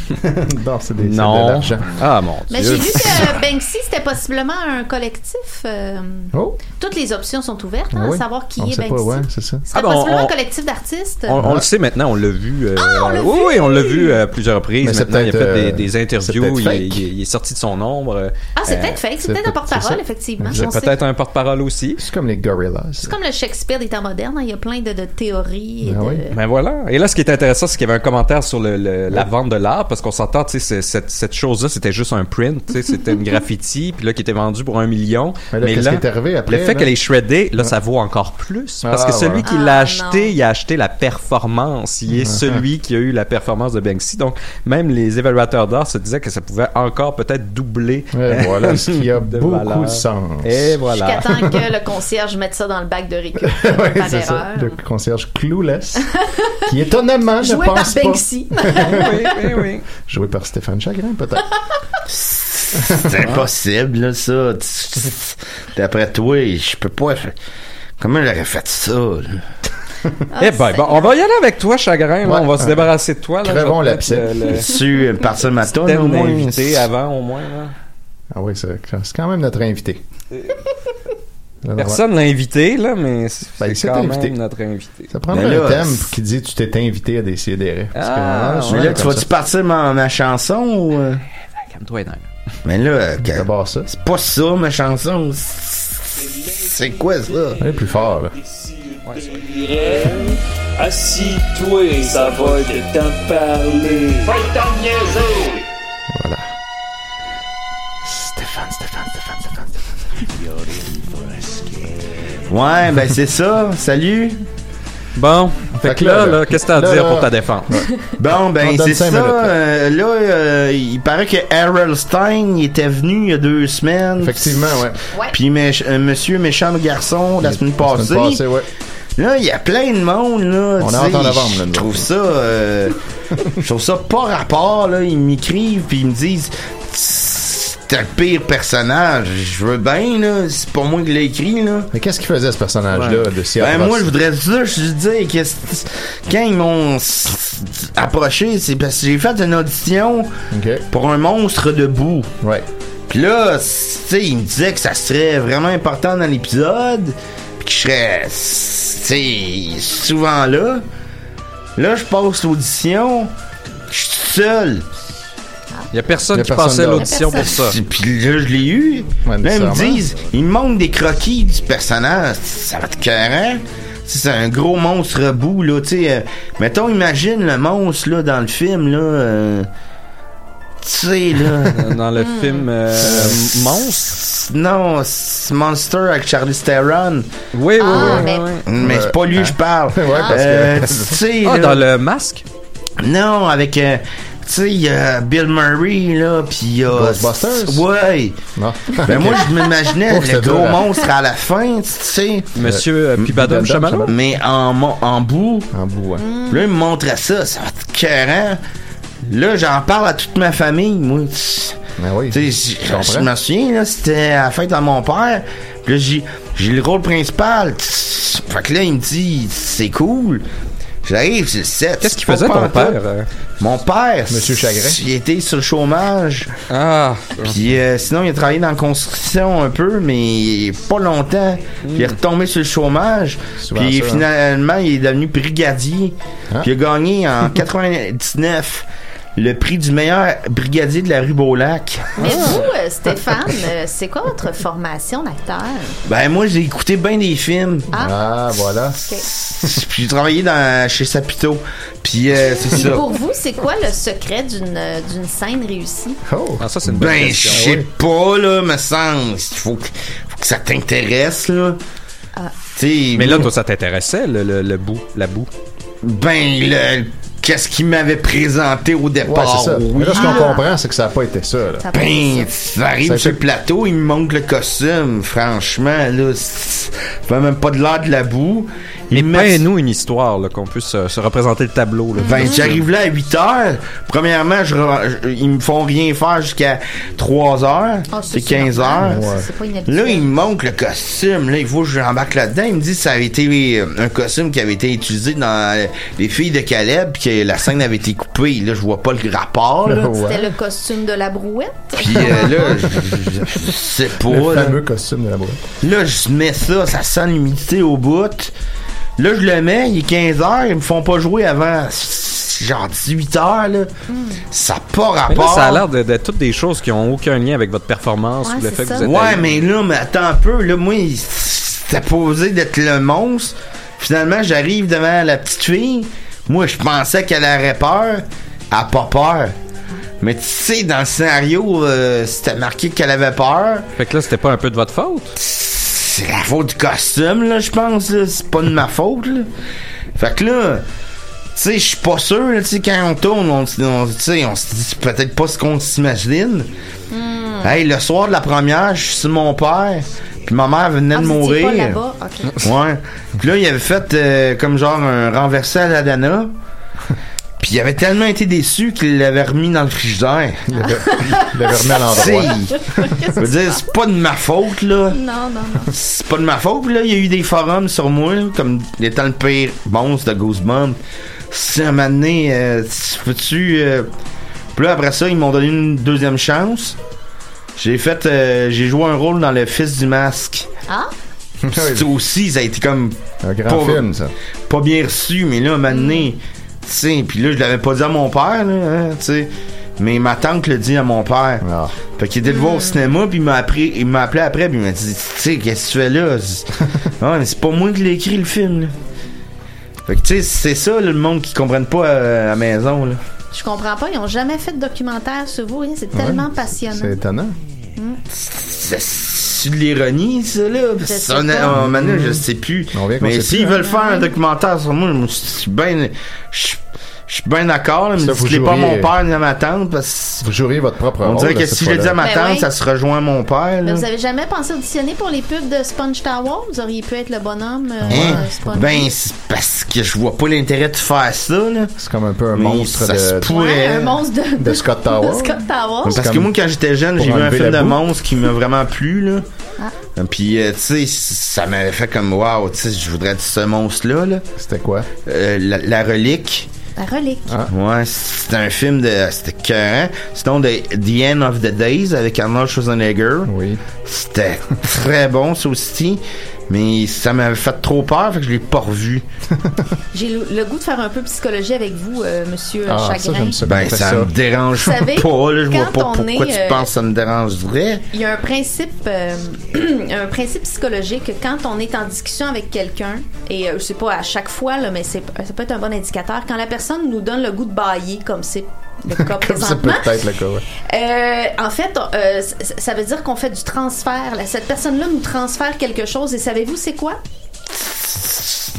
Speaker 2: Non, c'est des- c'est de
Speaker 1: Non.
Speaker 2: l'argent.
Speaker 1: Ah mon
Speaker 3: Mais
Speaker 1: dieu.
Speaker 3: j'ai lu que Banksy, c'était possiblement un collectif. euh,
Speaker 2: Oh, Ah
Speaker 3: toutes les options sont ouvertes, hein,
Speaker 2: oui.
Speaker 3: à savoir qui
Speaker 2: on
Speaker 3: est
Speaker 2: sait
Speaker 3: Banksy.
Speaker 2: pas, ouais, c'est ça.
Speaker 3: C'était
Speaker 1: Ah, ben, on-
Speaker 3: possiblement
Speaker 1: on-
Speaker 3: un collectif d'artistes.
Speaker 1: On, on le sait maintenant, on l'a vu. euh,
Speaker 3: Ah, l'a
Speaker 1: oui,
Speaker 3: vu!
Speaker 1: oui, on l'a vu à plusieurs reprises.
Speaker 2: Mais c'est
Speaker 1: Maintenant, il a fait
Speaker 2: peut-être,
Speaker 1: des,
Speaker 2: euh,
Speaker 1: des
Speaker 2: c'est
Speaker 1: interviews,
Speaker 2: peut-être
Speaker 1: il, est-
Speaker 2: fake.
Speaker 1: il est- il est sorti de son ombre.
Speaker 3: Ah, c'est
Speaker 1: Euh,
Speaker 3: peut-être fake,
Speaker 2: c'est
Speaker 3: c'est peut-être un
Speaker 2: peut- c'est
Speaker 3: porte-parole,
Speaker 2: ça.
Speaker 3: effectivement.
Speaker 1: C'est
Speaker 3: On sait-
Speaker 1: peut-être un porte-parole aussi.
Speaker 2: C'est comme les Gorillas.
Speaker 3: C'est comme le Shakespeare des temps modernes, hein, il y a plein de, de théories. et
Speaker 2: Ah
Speaker 3: de-
Speaker 2: oui.
Speaker 1: Ben voilà. Et là, ce qui est intéressant, c'est qu'il y avait un commentaire sur le, le- la vente de l'art, parce qu'on s'entend, tu sais, c'est- cette, cette chose-là, c'était juste un print, tu sais, c'était une graffiti, puis là, qui était vendue pour un million.
Speaker 2: Mais là, qu'est-ce qui est arrivé après?
Speaker 1: Le fait
Speaker 2: là?
Speaker 1: qu'elle est shreddée, là, ça vaut encore plus. Parce
Speaker 2: Ah,
Speaker 1: que celui
Speaker 2: voilà.
Speaker 1: qui l'a
Speaker 3: Ah,
Speaker 1: acheté,
Speaker 3: non.
Speaker 1: il a acheté la performance. Il est celui qui a eu la performance de Banksy. Donc, même les évaluateurs d'art se disaient que ça pouvait encore peut-être doubler.
Speaker 2: Ouais, voilà, ce qui a
Speaker 1: de
Speaker 2: beaucoup
Speaker 1: valeur.
Speaker 2: de sens.
Speaker 1: Et voilà.
Speaker 3: Jusqu'à temps que le concierge mette ça dans le bac de récup euh,
Speaker 2: Ouais,
Speaker 3: par
Speaker 2: c'est ça.
Speaker 3: erreur.
Speaker 2: Le concierge Clueless, qui étonnamment ne
Speaker 3: Joué par
Speaker 2: pense pas.
Speaker 3: Banksy.
Speaker 1: oui, oui, oui.
Speaker 2: Joué par Stéphane Chagrin, peut-être.
Speaker 4: C'est
Speaker 1: Ah.
Speaker 4: impossible, là, ça. D'après toi, je peux pas. Comment j'aurais fait ça? là?
Speaker 3: Ah,
Speaker 1: eh ben, bon, on va y aller avec toi, Chagrin. là.
Speaker 2: Ouais.
Speaker 1: on va se débarrasser de toi. Là,
Speaker 2: Crevons
Speaker 1: Je vais
Speaker 2: l'abcès.
Speaker 1: peut-être, euh, le-
Speaker 4: Tu euh, partir de ma tonne,
Speaker 1: Thème
Speaker 4: au moins.
Speaker 1: invité avant, au moins. là.
Speaker 2: Ah oui, c'est c'est quand même notre invité.
Speaker 1: Personne l'a invité, là, mais c'est
Speaker 2: Ben, il
Speaker 1: c'est
Speaker 2: s'est
Speaker 1: quand
Speaker 2: invité.
Speaker 1: même notre invité.
Speaker 2: Ça prend
Speaker 4: Mais
Speaker 2: un
Speaker 4: là,
Speaker 2: thème
Speaker 4: c'est-
Speaker 2: qui dit tu t'es invité à décider. euh,
Speaker 1: Ah, ouais.
Speaker 4: Mais là, tu vas-tu partir ma, ma chanson ou. euh?
Speaker 1: Calme-toi, Hénin.
Speaker 4: Mais là, euh, que-
Speaker 2: D'abord ça.
Speaker 4: c'est pas ça, ma chanson. C'est quoi ça?
Speaker 2: Ouais, plus fort. là.
Speaker 6: Assis-toi, ça va de t'en parler. Va t'en niaiser!
Speaker 2: Voilà. Stéphane, Stéphane, Stéphane, Stéphane. Stéphane.
Speaker 4: Ouais, ben c'est ça. Salut.
Speaker 1: Bon, fait, que là, là,
Speaker 2: là,
Speaker 1: qu'est-ce que t'as à
Speaker 2: là,
Speaker 1: dire
Speaker 2: là.
Speaker 1: pour ta défense?
Speaker 4: Bon,
Speaker 2: On
Speaker 4: ben
Speaker 2: donne
Speaker 4: c'est ça.
Speaker 2: cinq minutes, là.
Speaker 4: euh, là, euh, il paraît que Harold Stein il était venu il y a deux semaines.
Speaker 2: Effectivement, ouais.
Speaker 3: Ouais.
Speaker 4: Puis mé- euh, Monsieur Méchant Garçon, la semaine
Speaker 2: La
Speaker 4: passée.
Speaker 2: semaine passée, ouais.
Speaker 4: Là, il y a plein de monde, là.
Speaker 2: On
Speaker 4: tu
Speaker 2: est en
Speaker 4: sais,
Speaker 2: temps novembre, là, nous
Speaker 4: Je trouve
Speaker 2: autres.
Speaker 4: ça, euh, je trouve ça pas rapport, là. Ils m'écrivent, puis ils me disent, t'es le pire personnage. Je veux bien, là. C'est pas moi qui l'ai écrit, là.
Speaker 2: Mais qu'est-ce qu'il faisait ce personnage-là de Seattle?
Speaker 4: Ben, moi, je voudrais dire, je dis que c'est- quand ils m'ont s- approché, c'est parce que j'ai fait une audition
Speaker 2: Ok.
Speaker 4: pour un monstre debout.
Speaker 2: Ouais.
Speaker 4: Puis là, tu sais, il me disait que ça serait vraiment important dans l'épisode, puis que je serais, tu sais, souvent là. Là, je passe l'audition, je suis tout seul.
Speaker 1: Il y a personne
Speaker 2: Y a
Speaker 1: qui
Speaker 2: personne
Speaker 1: passait
Speaker 2: d'autre.
Speaker 1: l'audition pour ça.
Speaker 4: Puis là, je l'ai eu.
Speaker 2: Ouais,
Speaker 4: là, ils me
Speaker 2: nécessairement.
Speaker 4: disent, ils me montrent des croquis du personnage. Ça va te carrer. C'est un gros monstre rebou, là, tu sais. euh, mettons, imagine le monstre, là, dans le film, là. euh, tu sais, là.
Speaker 1: Dans le
Speaker 3: Hmm.
Speaker 1: film euh, Monstre?
Speaker 4: Non, c'est Monster avec Charlie Theron.
Speaker 1: Oui, oui,
Speaker 3: Ah,
Speaker 1: oui.
Speaker 3: mais-
Speaker 1: oui, oui.
Speaker 4: Mais c'est pas lui que je parle.
Speaker 2: Hein? Ouais, parce que-
Speaker 4: Euh, tu sais,
Speaker 1: Ah,
Speaker 4: là,
Speaker 1: dans le masque?
Speaker 4: Non, avec. euh, tu sais, il y a Bill Murray, là, pis il y a.
Speaker 2: Ghostbusters?
Speaker 4: Ouais.
Speaker 2: Non.
Speaker 4: Ben moi, je m'imaginais
Speaker 2: Oh,
Speaker 4: le
Speaker 2: c'était
Speaker 4: gros
Speaker 2: dur, hein.
Speaker 4: monstre à la fin, tu sais.
Speaker 1: Monsieur euh, Pibadum
Speaker 2: Pibadum
Speaker 1: Chamallow?
Speaker 4: Mais en, mo- en bout,
Speaker 2: En bout, hein. ouais.
Speaker 4: là, il me montrait ça, ça va être écœurant. Là, j'en parle à toute ma famille, moi. Tu
Speaker 2: Ben oui.
Speaker 4: tu sais,
Speaker 2: je
Speaker 4: je- je me
Speaker 2: comprends.
Speaker 4: souviens, là, c'était à la fête à mon père. Puis là, j'ai, j'ai le rôle principal. Fait que là, il me dit, c'est cool. J'arrive, c'est le 7.
Speaker 1: Qu'est-ce qu'il faisait ton père? euh?
Speaker 4: Mon père.
Speaker 2: Monsieur Chagrin.
Speaker 4: Il était sur le chômage.
Speaker 1: Ah,
Speaker 4: Puis euh, sinon, il a travaillé dans la construction un peu, mais pas longtemps. Puis Il est retombé sur le chômage.
Speaker 2: Souvent
Speaker 4: Puis
Speaker 2: ça, hein.
Speaker 4: finalement, il est devenu brigadier.
Speaker 2: Hein?
Speaker 4: Puis il a gagné en 99. le prix du meilleur brigadier de la rue Beaulac.
Speaker 3: Mais vous, euh, Stéphane, euh, c'est quoi votre formation d'acteur?
Speaker 4: Ben moi j'ai écouté bien des films.
Speaker 3: Ah,
Speaker 2: Ah, voilà.
Speaker 3: ok.
Speaker 4: Puis j'ai travaillé dans, chez Sapito. Puis euh, c'est
Speaker 3: Puis
Speaker 4: ça.
Speaker 3: pour vous, c'est quoi le secret d'une euh, d'une scène réussie?
Speaker 2: Oh.
Speaker 1: Ah, ça, c'est une bonne
Speaker 4: Ben je
Speaker 1: question.
Speaker 4: sais
Speaker 1: oui.
Speaker 4: pas là, me semble. Faut que, faut que ça t'intéresse là. T'sais,
Speaker 1: Mais là,
Speaker 4: moi,
Speaker 1: toi, ça t'intéressait, le, le, le bout, la boue.
Speaker 4: ben le, qu'est-ce qu'il m'avait présenté au
Speaker 2: Ouais,
Speaker 4: départ.
Speaker 2: c'est ça. Mais
Speaker 4: bah oui.
Speaker 2: là, ce qu'on
Speaker 3: Ah.
Speaker 2: comprend, c'est que ça n'a pas été ça, là.
Speaker 3: Ça peut
Speaker 4: Ben,
Speaker 3: être ça.
Speaker 4: arrive
Speaker 2: Ça
Speaker 4: sur
Speaker 2: fait-
Speaker 4: le plateau, il me montre le costume. Franchement, là, c'est- ça fait même pas de l'air de la boue.
Speaker 1: Mais
Speaker 4: Il me met-
Speaker 1: peins-nous une histoire, là, qu'on puisse euh, se représenter le tableau. Là,
Speaker 4: Ben, j'arrive là à 8 heures. Premièrement, je, re- je- ils me font rien faire jusqu'à 3 heures.
Speaker 3: Ah, ça,
Speaker 4: c'est 15
Speaker 3: normal.
Speaker 4: heures.
Speaker 3: Ça, C'est pas inhabituel.
Speaker 4: Là, il me montre le costume. Là, il faut que je l'embarque là-dedans. Il me dit que ça avait été euh, un costume qui avait été utilisé dans euh, Les filles de Caleb, puis que la scène avait été coupée. Là, je vois pas le rapport. là.
Speaker 2: Ouais.
Speaker 3: C'était le costume de la brouette?
Speaker 4: Puis euh, là, je- je je sais pas.
Speaker 2: Le
Speaker 4: là.
Speaker 2: fameux costume de la boîte.
Speaker 4: Là, je mets ça, ça sent l'humidité au bout. Là, je le mets, il est 15h, ils me font pas jouer avant genre 18h, là. Ça n'a pas
Speaker 1: Mais là,
Speaker 4: rapport.
Speaker 1: ça a l'air de, de toutes des choses qui n'ont aucun lien avec votre performance
Speaker 3: Ouais,
Speaker 1: ou le
Speaker 3: c'est
Speaker 1: fait
Speaker 3: ça.
Speaker 1: que vous êtes.
Speaker 4: Ouais,
Speaker 1: allé-
Speaker 4: mais là, mais attends un peu, là, moi, il- c'était posé d'être le monstre. Finalement, j'arrive devant la petite fille. Moi, je pensais qu'elle aurait peur. Elle a pas peur. Mais tu sais, dans le scénario, euh, c'était marqué qu'elle avait peur.
Speaker 1: Fait que là, c'était pas un peu de votre faute.
Speaker 4: c'est la faute du costume, là, je pense. là. C'est pas de ma faute, là. Fait que là, tu sais, je suis pas sûr, là, tu sais, quand on tourne, on, on- tu sais, on se dit peut-être pas ce qu'on s'imagine.
Speaker 3: Hmm.
Speaker 4: Hey, le soir de la première, je suis sur mon père, puis ma mère venait
Speaker 3: Ah,
Speaker 4: de
Speaker 3: vous étiez
Speaker 4: mourir.
Speaker 3: pas là-bas? OK.
Speaker 4: Ouais. Puis là, il avait fait euh, comme genre un renversé à la Dana. Puis il avait tellement été déçu qu'il l'avait remis dans le frigidaire.
Speaker 2: Il l'avait
Speaker 4: Ah.
Speaker 2: il l'avait remis à
Speaker 4: Tu
Speaker 2: l'endroit.
Speaker 4: sais, je veux dire, c'est pas de ma faute,
Speaker 3: Non,
Speaker 4: là.
Speaker 3: non, non.
Speaker 4: C'est pas de ma faute, là. Il y a eu des forums sur moi, là, comme étant le pire monstre de Goosebumps. Si à un moment donné, euh, tu- peux-tu. euh, Puis là, après ça, ils m'ont donné une deuxième chance. J'ai fait. euh, J'ai joué un rôle dans Le Fils du Masque.
Speaker 3: Ah,
Speaker 4: Ça aussi, ça a été comme
Speaker 2: Un grand
Speaker 4: Pauvre.
Speaker 2: film, ça.
Speaker 4: pas bien reçu, mais là, à un moment donné, tu sais, puis là, je l'avais pas dit à mon père, là, hein, tu sais. Mais ma tante le dit à mon père.
Speaker 2: Ah.
Speaker 4: Fait qu'il était le voir au cinéma, puis il m'a appris- il m'a appelé après, puis il m'a dit, tu sais, qu'est-ce que tu fais là? C'est- Ah, mais c'est pas moi qui l'ai écrit le film, là. Fait que, tu sais, c'est ça, là, le monde qui comprenne pas euh, à la maison, là.
Speaker 3: je comprends pas. Ils ont jamais fait de documentaire sur vous. hein. C'est tellement
Speaker 2: Ouais. C'est
Speaker 3: passionnant.
Speaker 2: étonnant.
Speaker 4: C'est c'est de l'ironie, ça, là.
Speaker 3: sais
Speaker 4: Ça, on
Speaker 3: pas. Mm-hmm.
Speaker 4: a- on- maintenant, je sais plus.
Speaker 2: Mm-hmm. On vient qu'on
Speaker 4: mais
Speaker 2: sait
Speaker 4: s'ils
Speaker 2: plus,
Speaker 4: veulent faire un documentaire sur moi, je suis bien. Je je suis bien d'accord, là, mais
Speaker 2: Ça, vous
Speaker 4: dites-les pas à mon
Speaker 2: joueriez-
Speaker 4: père ni à ma tante, parce
Speaker 2: Vous joueriez votre propre
Speaker 4: On
Speaker 2: rôle,
Speaker 4: dirait
Speaker 2: là,
Speaker 4: que
Speaker 2: cette
Speaker 4: si je le dis à
Speaker 2: fois-là.
Speaker 3: Ben
Speaker 4: ma tante,
Speaker 3: oui.
Speaker 4: ça se rejoint à mon père.
Speaker 3: Mais
Speaker 4: là.
Speaker 3: vous avez jamais pensé auditionner pour les pubs de Sponge Tower? Vous auriez pu être le bonhomme euh,
Speaker 4: Hein?
Speaker 3: euh, Sponge
Speaker 4: Ben, c'est parce que je vois pas l'intérêt de faire ça, là.
Speaker 2: C'est comme un peu un
Speaker 4: Mais
Speaker 2: monstre
Speaker 4: ça se
Speaker 2: de,
Speaker 4: pourrait.
Speaker 3: Ouais, un monstre de,
Speaker 2: de Scott Tower.
Speaker 3: de Scott Tower.
Speaker 4: Parce
Speaker 2: comme
Speaker 4: que moi, quand j'étais jeune,
Speaker 2: pour
Speaker 4: j'ai vu un
Speaker 2: enlever
Speaker 4: film de
Speaker 2: la boue.
Speaker 4: monstre qui m'a vraiment plu, là.
Speaker 3: Ah.
Speaker 4: Puis, euh, tu sais, ça m'avait fait comme, waouh, tu sais, je voudrais être ce monstre-là, là.
Speaker 2: C'était quoi?
Speaker 4: Euh, la, la relique.
Speaker 3: La relique.
Speaker 2: Ah.
Speaker 4: Ouais, c'était un film de. C'était écœurant. Sinon, de, The End of the Days avec Arnold Schwarzenegger.
Speaker 2: Oui.
Speaker 4: C'était très bon, ça aussi. Mais ça m'avait fait trop peur, fait que je l'ai pas revu.
Speaker 3: J'ai le, le goût de faire un peu psychologie avec vous, euh, monsieur euh,
Speaker 2: Ah, ça,
Speaker 3: Chagrin.
Speaker 2: j'aime ça.
Speaker 4: Ben,
Speaker 2: Fais
Speaker 4: ça, me dérange
Speaker 3: Vous savez,
Speaker 4: pas, là. Je vois
Speaker 3: quand
Speaker 4: pas
Speaker 3: on
Speaker 4: pourquoi
Speaker 3: est,
Speaker 4: tu
Speaker 3: euh,
Speaker 4: penses que ça me dérangerait.
Speaker 3: Il y a un principe, euh, un principe psychologique que quand on est en discussion avec quelqu'un, et euh, je sais pas à chaque fois, là, mais c'est, ça peut être un bon indicateur, quand la personne nous donne le goût de bailler, comme c'est le cas
Speaker 2: Comme ça peut
Speaker 3: présentement,
Speaker 2: être le cas, ouais.
Speaker 3: euh, en fait, euh, c- c- ça veut dire qu'on fait du transfert. là. Cette personne-là nous transfère quelque chose, et savez-vous c'est quoi?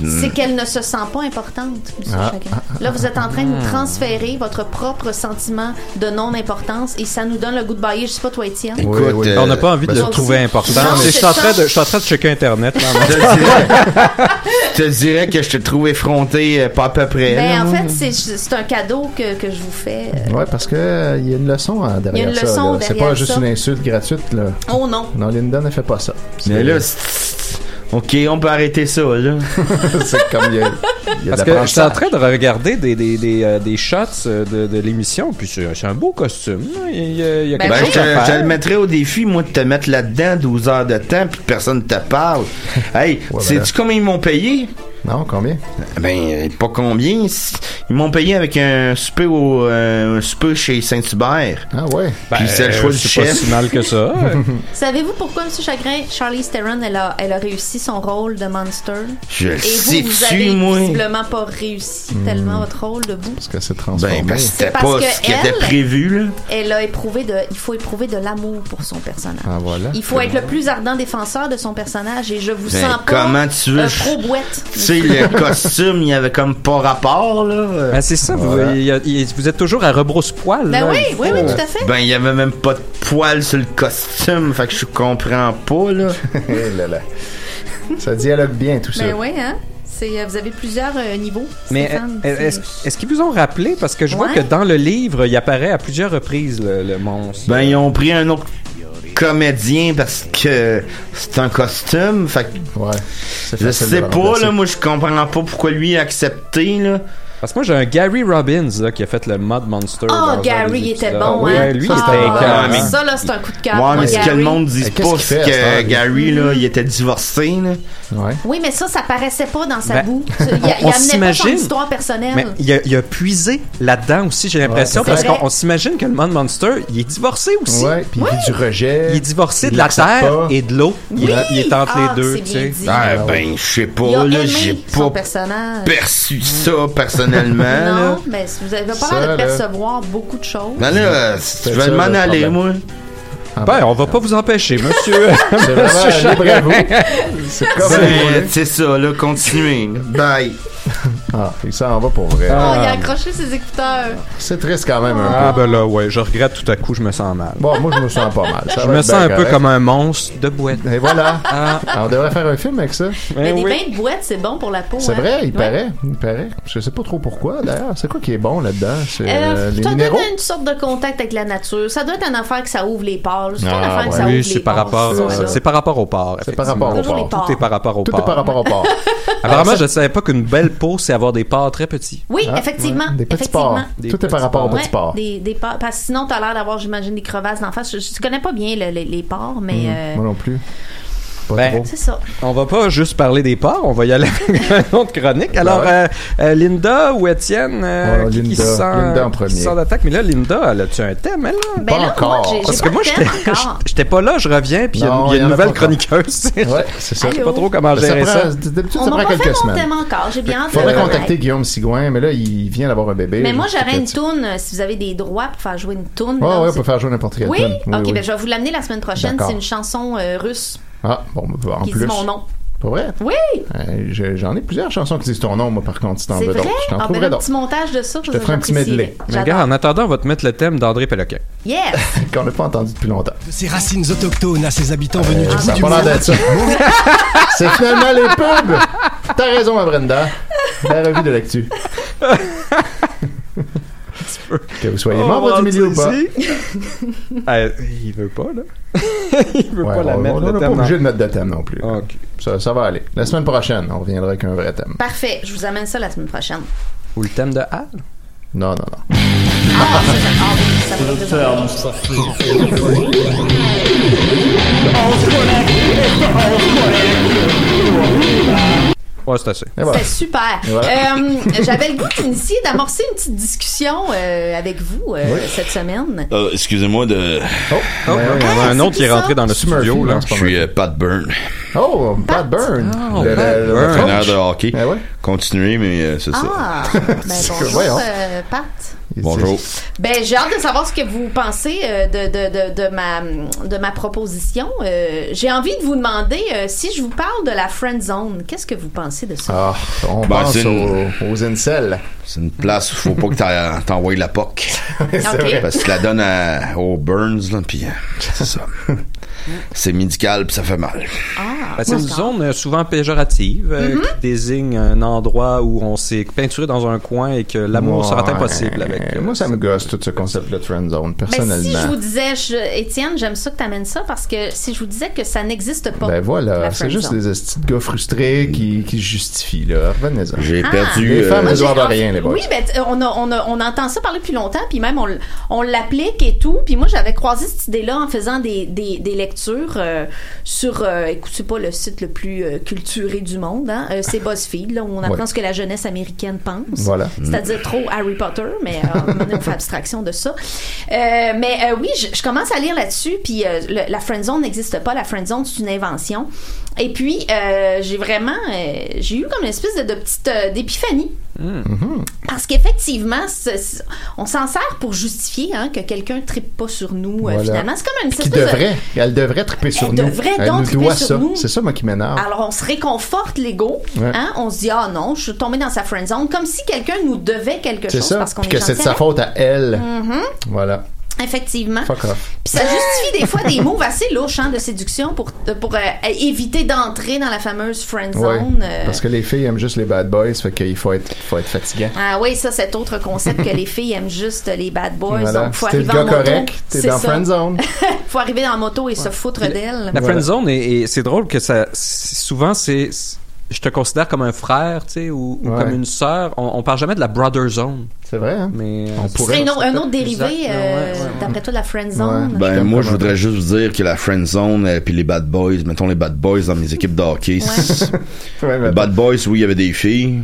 Speaker 3: C'est qu'elle ne se sent pas importante, monsieur
Speaker 2: Ah,
Speaker 3: Chagrin. Là, vous êtes en train de nous transférer votre propre sentiment de non-importance et ça nous donne le goût de bailler. Je sais pas, toi, Étienne.
Speaker 4: Écoute,
Speaker 2: Oui, oui.
Speaker 4: euh,
Speaker 1: On n'a pas envie
Speaker 2: ben,
Speaker 1: de le
Speaker 3: ça
Speaker 1: trouver
Speaker 3: aussi.
Speaker 1: important.
Speaker 3: Non,
Speaker 1: mais
Speaker 3: mais
Speaker 1: Je suis en
Speaker 3: c'est
Speaker 1: train
Speaker 3: ça.
Speaker 1: de, je suis en train de checker Internet. là, en
Speaker 4: Je te dirais, je te dirais que je te trouve effronté euh, pas à peu près. là.
Speaker 3: Ben, en fait, c'est- c'est un cadeau que, que je vous fais. Euh,
Speaker 2: Ouais, parce que euh, il y a une leçon hein, derrière
Speaker 3: une
Speaker 2: ça.
Speaker 3: leçon
Speaker 2: là. C'est
Speaker 3: derrière
Speaker 2: pas juste
Speaker 3: ça.
Speaker 2: une insulte gratuite, là.
Speaker 3: Oh non!
Speaker 2: Non, Linda ne fait pas ça. C'est-
Speaker 4: Mais là, c'est- ok, on peut arrêter ça, là.
Speaker 2: c'est comme il y a, il y a
Speaker 1: Parce
Speaker 2: de
Speaker 1: que je suis en
Speaker 2: l'apprentissage.
Speaker 1: train de regarder des, des, des, euh, des shots euh, de, de l'émission, puis c'est c'est un beau costume. là. Il y a, il y a
Speaker 3: Ben
Speaker 1: quelque
Speaker 4: Ben, je,
Speaker 1: chose
Speaker 4: te,
Speaker 1: à
Speaker 4: je
Speaker 1: faire.
Speaker 4: le mettrais au défi, moi, de te mettre là-dedans 12 heures de temps, puis personne ne te parle. Hey,
Speaker 2: Ouais,
Speaker 4: sais-tu
Speaker 2: ben là.
Speaker 4: combien ils m'ont payé?
Speaker 2: Non, combien?
Speaker 4: Ben, euh, pas combien. s- Ils m'ont payé avec un souper, au, euh, un souper chez Saint-Hubert.
Speaker 2: Ah ouais.
Speaker 4: Puis c'est le choix
Speaker 1: euh,
Speaker 4: du
Speaker 1: c'est pas
Speaker 4: chef.
Speaker 1: si mal que ça.
Speaker 3: Savez-vous pourquoi, Monsieur Chagrin, Charlize Theron, elle a, elle a réussi son rôle de monster?
Speaker 4: Je le
Speaker 3: Et vous, vous
Speaker 4: sais-tu,
Speaker 3: avez
Speaker 4: moi? Hmm.
Speaker 3: visiblement pas réussi tellement votre rôle de vous.
Speaker 2: Parce que c'est transformé.
Speaker 4: Ben, parce que c'était
Speaker 3: parce
Speaker 4: pas
Speaker 3: que
Speaker 4: ce qui était
Speaker 3: elle-
Speaker 4: prévu, là.
Speaker 3: Elle a éprouvé de, il faut éprouver de l'amour pour son personnage.
Speaker 2: Ah voilà.
Speaker 3: Il faut être le plus ardent défenseur de son personnage et je vous
Speaker 4: Ben,
Speaker 3: sens pas
Speaker 4: comment tu veux?
Speaker 3: un
Speaker 4: je-
Speaker 3: pro-bouette.
Speaker 4: Tu sais, le costume, il avait comme pas rapport, là.
Speaker 1: Ben, c'est ça, vous,
Speaker 4: Voilà.
Speaker 1: il y a- il- vous êtes toujours à rebrousse-poil.
Speaker 3: Ben
Speaker 1: là. Euh,
Speaker 3: oui, oui, oui, tout à fait.
Speaker 4: Ben, il y avait même pas de poils sur le costume, fait que je comprends pas, là.
Speaker 2: Eh là là. Ça dialogue bien tout ça.
Speaker 3: Ben oui, hein? C'est, euh, vous avez plusieurs euh, niveaux.
Speaker 1: Mais
Speaker 3: Stéphane,
Speaker 1: euh,
Speaker 3: c'est-
Speaker 1: est-ce est-ce qu'ils vous ont rappelé? Parce que je vois
Speaker 3: Ouais.
Speaker 1: que dans le livre, il apparaît à plusieurs reprises, le, le monstre.
Speaker 4: Ben, ils ont pris un autre comédien parce que c'est un costume, fait que
Speaker 2: Ouais.
Speaker 4: je sais pas, là, moi, je comprends pas pourquoi lui a accepté, là.
Speaker 1: Parce que moi, j'ai un Gary Robbins là, qui a fait le Mod Monster.
Speaker 3: Oh,
Speaker 1: dans un des
Speaker 3: Gary, il
Speaker 1: épisodes.
Speaker 3: était bon,
Speaker 1: Ouais,
Speaker 3: hein?
Speaker 1: Lui,
Speaker 3: Ah,
Speaker 1: il était
Speaker 3: ah,
Speaker 1: incroyable.
Speaker 4: mais-
Speaker 3: Ça, là, c'est un coup de cœur.
Speaker 4: Ouais,
Speaker 3: pour
Speaker 4: mais ce que
Speaker 3: Ah, Gary.
Speaker 4: le monde dit
Speaker 2: Mais
Speaker 4: pas,
Speaker 2: Euh, qu'est-ce qu'il
Speaker 4: c'est
Speaker 2: fait à
Speaker 4: que
Speaker 2: cette heure,
Speaker 4: Gary, là, il était divorcé, là.
Speaker 2: Ouais.
Speaker 3: Oui, mais ça, ça paraissait pas dans sa
Speaker 1: Ben,
Speaker 3: boue. Il, il
Speaker 1: on
Speaker 3: amenait pas son
Speaker 1: s'imagine.
Speaker 3: histoire personnelle.
Speaker 1: Mais il a, il a puisé là-dedans aussi, j'ai l'impression,
Speaker 3: Ouais,
Speaker 1: parce
Speaker 3: c'est vrai.
Speaker 1: qu'on on s'imagine que le Mod Monster, il est divorcé aussi.
Speaker 2: Ouais, puis il vit du rejet.
Speaker 1: Il est divorcé
Speaker 2: Il
Speaker 1: de la
Speaker 2: l'accepte
Speaker 1: terre
Speaker 2: pas.
Speaker 1: et de l'eau. Il,
Speaker 3: Oui!
Speaker 1: il est entre
Speaker 3: Ah,
Speaker 1: les deux,
Speaker 3: c'est
Speaker 1: tu
Speaker 3: bien
Speaker 1: sais.
Speaker 3: dit.
Speaker 4: Ah, ben, je sais
Speaker 3: il a
Speaker 4: pas, là, j'ai
Speaker 3: aimé son
Speaker 4: pas
Speaker 3: personnage.
Speaker 4: perçu ça personnellement, là.
Speaker 3: Non, mais vous avez pas
Speaker 2: Ça,
Speaker 3: l'air
Speaker 2: là.
Speaker 3: de percevoir beaucoup de choses.
Speaker 4: Non, là, si
Speaker 2: C'est
Speaker 4: tu veux
Speaker 2: ça,
Speaker 4: m'en
Speaker 2: le
Speaker 4: aller,
Speaker 2: problème.
Speaker 4: moi.
Speaker 2: Ah,
Speaker 1: Ben, on va pas vous empêcher, monsieur.
Speaker 2: C'est vraiment libre à vous. C'est comme
Speaker 4: Ben, C'est ça, là, continuez. là. Bye.
Speaker 2: Ah, et ça en va pour vrai.
Speaker 3: Oh, il a accroché ses écouteurs.
Speaker 2: C'est triste quand même un
Speaker 1: ah, ben là, ouais, je regrette tout à coup, je me sens mal.
Speaker 2: peu. Bon, moi, je me sens pas mal. Ça
Speaker 1: Je
Speaker 2: va
Speaker 1: me
Speaker 2: être
Speaker 1: sens un
Speaker 2: bien
Speaker 1: peu
Speaker 2: ben, correct.
Speaker 1: comme un monstre de boîte.
Speaker 2: Et voilà.
Speaker 1: Ah,
Speaker 2: Ah, on devrait faire un film avec ça.
Speaker 3: Mais
Speaker 1: ben
Speaker 3: des
Speaker 1: oui.
Speaker 3: bains de boîte, c'est bon pour la peau.
Speaker 2: C'est
Speaker 3: hein.
Speaker 2: vrai, il
Speaker 3: Ouais.
Speaker 2: paraît. Il paraît. Je sais pas trop pourquoi, d'ailleurs. C'est quoi qui est bon là-dedans? C'est euh,
Speaker 3: Euh,
Speaker 2: les
Speaker 3: ça
Speaker 2: minéraux?
Speaker 3: donne une sorte de contact avec la nature. Ça doit être une affaire que ça ouvre les pores. C'est pas une
Speaker 2: Ah,
Speaker 3: affaire
Speaker 2: ouais.
Speaker 3: que ça
Speaker 1: Oui,
Speaker 3: ouvre les
Speaker 1: c'est par
Speaker 3: pores,
Speaker 1: rapport,
Speaker 3: ça,
Speaker 1: euh,
Speaker 3: là.
Speaker 1: c'est par rapport au port.
Speaker 2: C'est par
Speaker 1: effectivement.
Speaker 2: rapport au
Speaker 3: Toujours les
Speaker 2: porc.
Speaker 3: porcs.
Speaker 1: Tout est par rapport au
Speaker 2: Tout
Speaker 1: port.
Speaker 2: est par rapport au porc.
Speaker 1: Apparemment, je ne savais pas qu'une belle peau, c'est avoir des parts très petits.
Speaker 3: Oui,
Speaker 2: Ah,
Speaker 3: effectivement.
Speaker 2: ouais. Des petits
Speaker 3: effectivement.
Speaker 2: porcs.
Speaker 1: Des
Speaker 2: Tout est
Speaker 1: petits
Speaker 2: par rapport aux
Speaker 1: porcs.
Speaker 2: petits porcs.
Speaker 3: des, des porcs. Parce que sinon, t'as l'air d'avoir, j'imagine, des crevasses d'en face. Je, je connais pas bien le- le- les porcs, mais euh,
Speaker 2: Hmm. Moi non plus. Pas
Speaker 1: Ben,
Speaker 2: trop.
Speaker 3: c'est ça.
Speaker 1: On va pas juste parler des parts, on va y aller avec une autre chronique. Alors,
Speaker 2: Ben Ouais.
Speaker 1: euh, euh, Linda ou Étienne, euh,
Speaker 2: Oh,
Speaker 1: qui, qui
Speaker 2: Linda.
Speaker 1: se sent,
Speaker 2: Linda en
Speaker 1: qui se
Speaker 2: premier.
Speaker 1: sent d'attaque. Mais là, Linda, elle a-tu un thème, elle, là?
Speaker 3: Ben là,
Speaker 2: encore.
Speaker 3: moi, j'ai- j'ai
Speaker 1: Parce
Speaker 3: pas
Speaker 1: que moi,
Speaker 3: de
Speaker 1: j'étais
Speaker 3: thème encore.
Speaker 1: j'étais pas là, je reviens, puis il y a une-
Speaker 2: Non,
Speaker 1: il y a
Speaker 2: il y
Speaker 1: une
Speaker 2: en a
Speaker 1: nouvelle
Speaker 2: pas encore.
Speaker 1: chroniqueuse.
Speaker 2: Ouais, c'est ça.
Speaker 1: Je sais pas trop comment
Speaker 2: Ben, ça
Speaker 1: gérer ça.
Speaker 2: prend- D'habitude,
Speaker 3: On
Speaker 2: ça
Speaker 3: m'a
Speaker 2: prend
Speaker 3: pas fait
Speaker 2: quelques
Speaker 3: mon thème
Speaker 2: semaines.
Speaker 3: encore. J'ai bien hâte de
Speaker 2: Faudrait
Speaker 3: le
Speaker 2: contacter
Speaker 3: faire.
Speaker 2: Guillaume Sigouin, mais là, il vient d'avoir un bébé.
Speaker 3: Mais moi, j'aurais une
Speaker 2: Peut-être-
Speaker 3: toune. euh, Si vous avez des droits pour faire jouer une toune.
Speaker 2: Ouais,
Speaker 3: dans-
Speaker 2: Ah, ouais, on peut faire jouer n'importe quelle
Speaker 3: Oui?
Speaker 2: tune.
Speaker 3: ok, ben je vais vous l'amener la semaine prochaine.
Speaker 2: D'accord.
Speaker 3: C'est une chanson euh, russe
Speaker 2: Ah, bon, bah, en
Speaker 3: qui
Speaker 2: plus.
Speaker 3: dit mon nom.
Speaker 2: Pas vrai?
Speaker 3: Oui,
Speaker 2: Euh, je- J'en ai plusieurs chansons qui disent ton nom, moi, par contre, si t'en
Speaker 3: c'est
Speaker 2: veux
Speaker 3: vrai.
Speaker 2: d'autres. Je t'en
Speaker 3: Ah, ben,
Speaker 2: trouverai
Speaker 3: un
Speaker 2: d'autres.
Speaker 3: petit montage de ça.
Speaker 2: te ferai un petit medley.
Speaker 1: Mais regarde, en attendant, on va te mettre le thème d'André Péloquin.
Speaker 3: Yes!
Speaker 2: Qu'on n'a pas entendu depuis longtemps.
Speaker 1: Ah,
Speaker 7: De ses racines autochtones à ses habitants venus
Speaker 1: ben,
Speaker 7: du
Speaker 2: Ah, Ça
Speaker 7: bout
Speaker 2: a
Speaker 7: du
Speaker 2: pas l'air
Speaker 7: monde.
Speaker 2: d'être ça. C'est finalement les pubs! T'as raison, ma Brenda. La revue de l'actu. que vous
Speaker 1: Oh,
Speaker 2: soyez membre du milieu ou pas.
Speaker 1: Euh, il veut pas, là. il veut
Speaker 2: Ouais,
Speaker 1: pas la
Speaker 2: on-
Speaker 1: mettre,
Speaker 2: on
Speaker 1: le
Speaker 2: n'est pas
Speaker 1: thème.
Speaker 2: obligé de mettre de thème non plus.
Speaker 1: dans- Ok.
Speaker 2: Ça, ça va aller. La semaine prochaine, on reviendra avec un vrai thème.
Speaker 3: Parfait, je vous amène ça la semaine prochaine.
Speaker 1: Ou le thème de Hal.
Speaker 2: Non, non, non.
Speaker 3: Ah, ça, j'aime. Ah oui, ça me représente.
Speaker 1: Ouais, c'est assez.
Speaker 2: Et voilà.
Speaker 3: C'était super.
Speaker 2: voilà.
Speaker 3: Euh, J'avais le goût d'initier, d'amorcer une petite discussion euh, avec vous euh, cette semaine.
Speaker 1: Ah,
Speaker 8: Euh, Excusez-moi de.
Speaker 2: Oh,
Speaker 1: Oh,
Speaker 2: ben oui,
Speaker 1: il y en a
Speaker 3: Ah,
Speaker 1: un
Speaker 3: c'est
Speaker 1: autre qui est
Speaker 3: qui ça?
Speaker 1: rentré dans le studio,
Speaker 2: Murphy,
Speaker 1: là.
Speaker 2: non, c'est
Speaker 8: Je
Speaker 2: pas
Speaker 8: suis
Speaker 2: Murphy.
Speaker 8: euh, Pat Byrne,
Speaker 2: Oh, Pat Byrne.
Speaker 1: Oh, Pat Byrne.
Speaker 2: coach.
Speaker 8: entraîneur de hockey.
Speaker 2: Eh ouais.
Speaker 8: Continuez, mais euh, c'est ça.
Speaker 3: Ah, ben bonjour,
Speaker 2: voyons.
Speaker 3: euh, Pat.
Speaker 2: Il-
Speaker 8: Bonjour.
Speaker 3: Ben, j'ai hâte de savoir ce que vous pensez euh, de, de, de, de, ma, de ma proposition. Euh, j'ai envie de vous demander euh, si je vous parle de la friend zone, qu'est-ce que vous pensez de ça?
Speaker 2: Ah, on
Speaker 8: Ben,
Speaker 2: pense
Speaker 8: c'est une-
Speaker 2: aux, aux incels.
Speaker 8: C'est une place où faut pas que t'a- t'envoies la POC.
Speaker 2: Ah,
Speaker 3: Ok.
Speaker 8: Parce que tu la donnes à, aux Burns, là, pis euh, c'est ça. C'est médical, pis ça fait mal.
Speaker 3: Ah,
Speaker 1: Ben, c'est une
Speaker 3: d'accord.
Speaker 1: zone euh, souvent péjorative euh,
Speaker 3: Mm-hmm.
Speaker 1: qui désigne un endroit où on s'est peinturé dans un coin et que l'amour sera
Speaker 2: Ouais.
Speaker 1: impossible avec. euh,
Speaker 2: Moi, ça me gosse tout ce concept de friend zone,
Speaker 3: Ben, si je
Speaker 2: personnellement.
Speaker 3: vous disais, je- Étienne, j'aime ça que tu amènes ça parce que si je vous disais que ça n'existe pas.
Speaker 2: Ben
Speaker 3: la
Speaker 2: voilà, c'est
Speaker 3: friend
Speaker 2: juste
Speaker 3: zone.
Speaker 2: des petits gars frustrés qui, qui se justifient, là. Revenez-en.
Speaker 8: J'ai
Speaker 3: Ah.
Speaker 8: perdu.
Speaker 2: Les
Speaker 8: euh,
Speaker 2: femmes,
Speaker 3: Moi,
Speaker 2: elles
Speaker 3: j'ai-
Speaker 2: doivent à
Speaker 3: en-
Speaker 2: rien. bien, les boys.
Speaker 3: Oui, ben, t- on, a- on, a- on entend ça parler depuis longtemps, puis même on, l- on l'applique et tout. Puis moi, j'avais croisé cette idée-là en faisant des, des, des lectures euh, sur, euh, écoute, c'est pas le site le plus euh, culturé du monde, hein, euh, c'est BuzzFeed, là, où on apprend
Speaker 2: Ouais.
Speaker 3: ce que la jeunesse américaine pense.
Speaker 2: Voilà.
Speaker 3: C'est-à-dire trop Harry Potter, mais euh, à un moment donné, on fait abstraction de ça. Euh, mais euh, oui, je, je commence à lire là-dessus, puis euh, le- la friendzone n'existe pas. La friendzone, c'est une invention. Et puis, euh, j'ai vraiment... euh, j'ai eu comme une espèce de, de petite euh, d'épiphanie. Parce qu'effectivement, ce- ce- on s'en sert pour justifier hein, que quelqu'un ne tripe pas sur nous, euh,
Speaker 2: Voilà.
Speaker 3: finalement. C'est comme une
Speaker 2: Qui
Speaker 3: espèce de-
Speaker 2: devrait, elle devrait triper sur
Speaker 3: Elle
Speaker 2: nous.
Speaker 3: devrait
Speaker 2: elle
Speaker 3: donc
Speaker 2: nous
Speaker 3: triper
Speaker 2: doit
Speaker 3: sur
Speaker 2: ça.
Speaker 3: nous. Ah,
Speaker 2: C'est ça, moi, qui m'énerve.
Speaker 3: Alors, on se réconforte l'ego.
Speaker 2: hein. Ouais.
Speaker 3: Hein? On se dit, ah non, je suis tombée dans sa friend zone. Comme si quelqu'un nous devait quelque
Speaker 2: C'est
Speaker 3: chose
Speaker 2: ça.
Speaker 3: parce qu'on Mm-hmm.
Speaker 2: Puis
Speaker 3: est
Speaker 2: que c'est de
Speaker 3: gentil
Speaker 2: sa
Speaker 3: avec.
Speaker 2: faute à elle. Voilà.
Speaker 3: Effectivement.
Speaker 2: Fuck off.
Speaker 3: Puis ça justifie des fois des moves assez louches hein, de séduction pour, pour euh, éviter d'entrer dans la fameuse friend
Speaker 2: Ouais.
Speaker 3: zone. euh.
Speaker 2: Parce que les filles aiment juste les bad boys, fait qu'il faut être, faut être fatiguant.
Speaker 3: Ah oui, ça, c'est autre concept que les filles aiment juste euh, les bad boys.
Speaker 2: Voilà.
Speaker 3: Donc, faut
Speaker 2: Si t'es le
Speaker 3: arriver
Speaker 2: gars
Speaker 3: en moto.
Speaker 2: correct, t'es
Speaker 3: C'est
Speaker 2: dans
Speaker 3: ça.
Speaker 2: friend zone.
Speaker 3: faut arriver en moto et se foutre d'elle.
Speaker 1: La
Speaker 2: Voilà.
Speaker 1: friendzone, et, et c'est drôle que ça. c'est- Souvent, c'est. c'est- Je te considère comme un frère, tu sais, ou, ou
Speaker 2: Ouais.
Speaker 1: comme une sœur. On, on parle jamais de la brother zone,
Speaker 2: C'est vrai, hein?
Speaker 1: mais. euh,
Speaker 2: On
Speaker 3: Ce
Speaker 2: pourrait.
Speaker 3: serait une au- un autre dérivé,
Speaker 1: Exact.
Speaker 3: euh,
Speaker 1: Ouais, ouais, ouais.
Speaker 3: d'après toi, de la friend zone.
Speaker 2: Je
Speaker 8: Ben
Speaker 2: t'aime
Speaker 8: moi
Speaker 2: comme
Speaker 8: je
Speaker 2: un
Speaker 8: voudrais juste vous dire que la friend zone et puis les bad boys, mettons les bad boys dans mes équipes de hockey. c'est-
Speaker 2: Ouais, mais-
Speaker 8: les bad boys oui, il y avait des filles,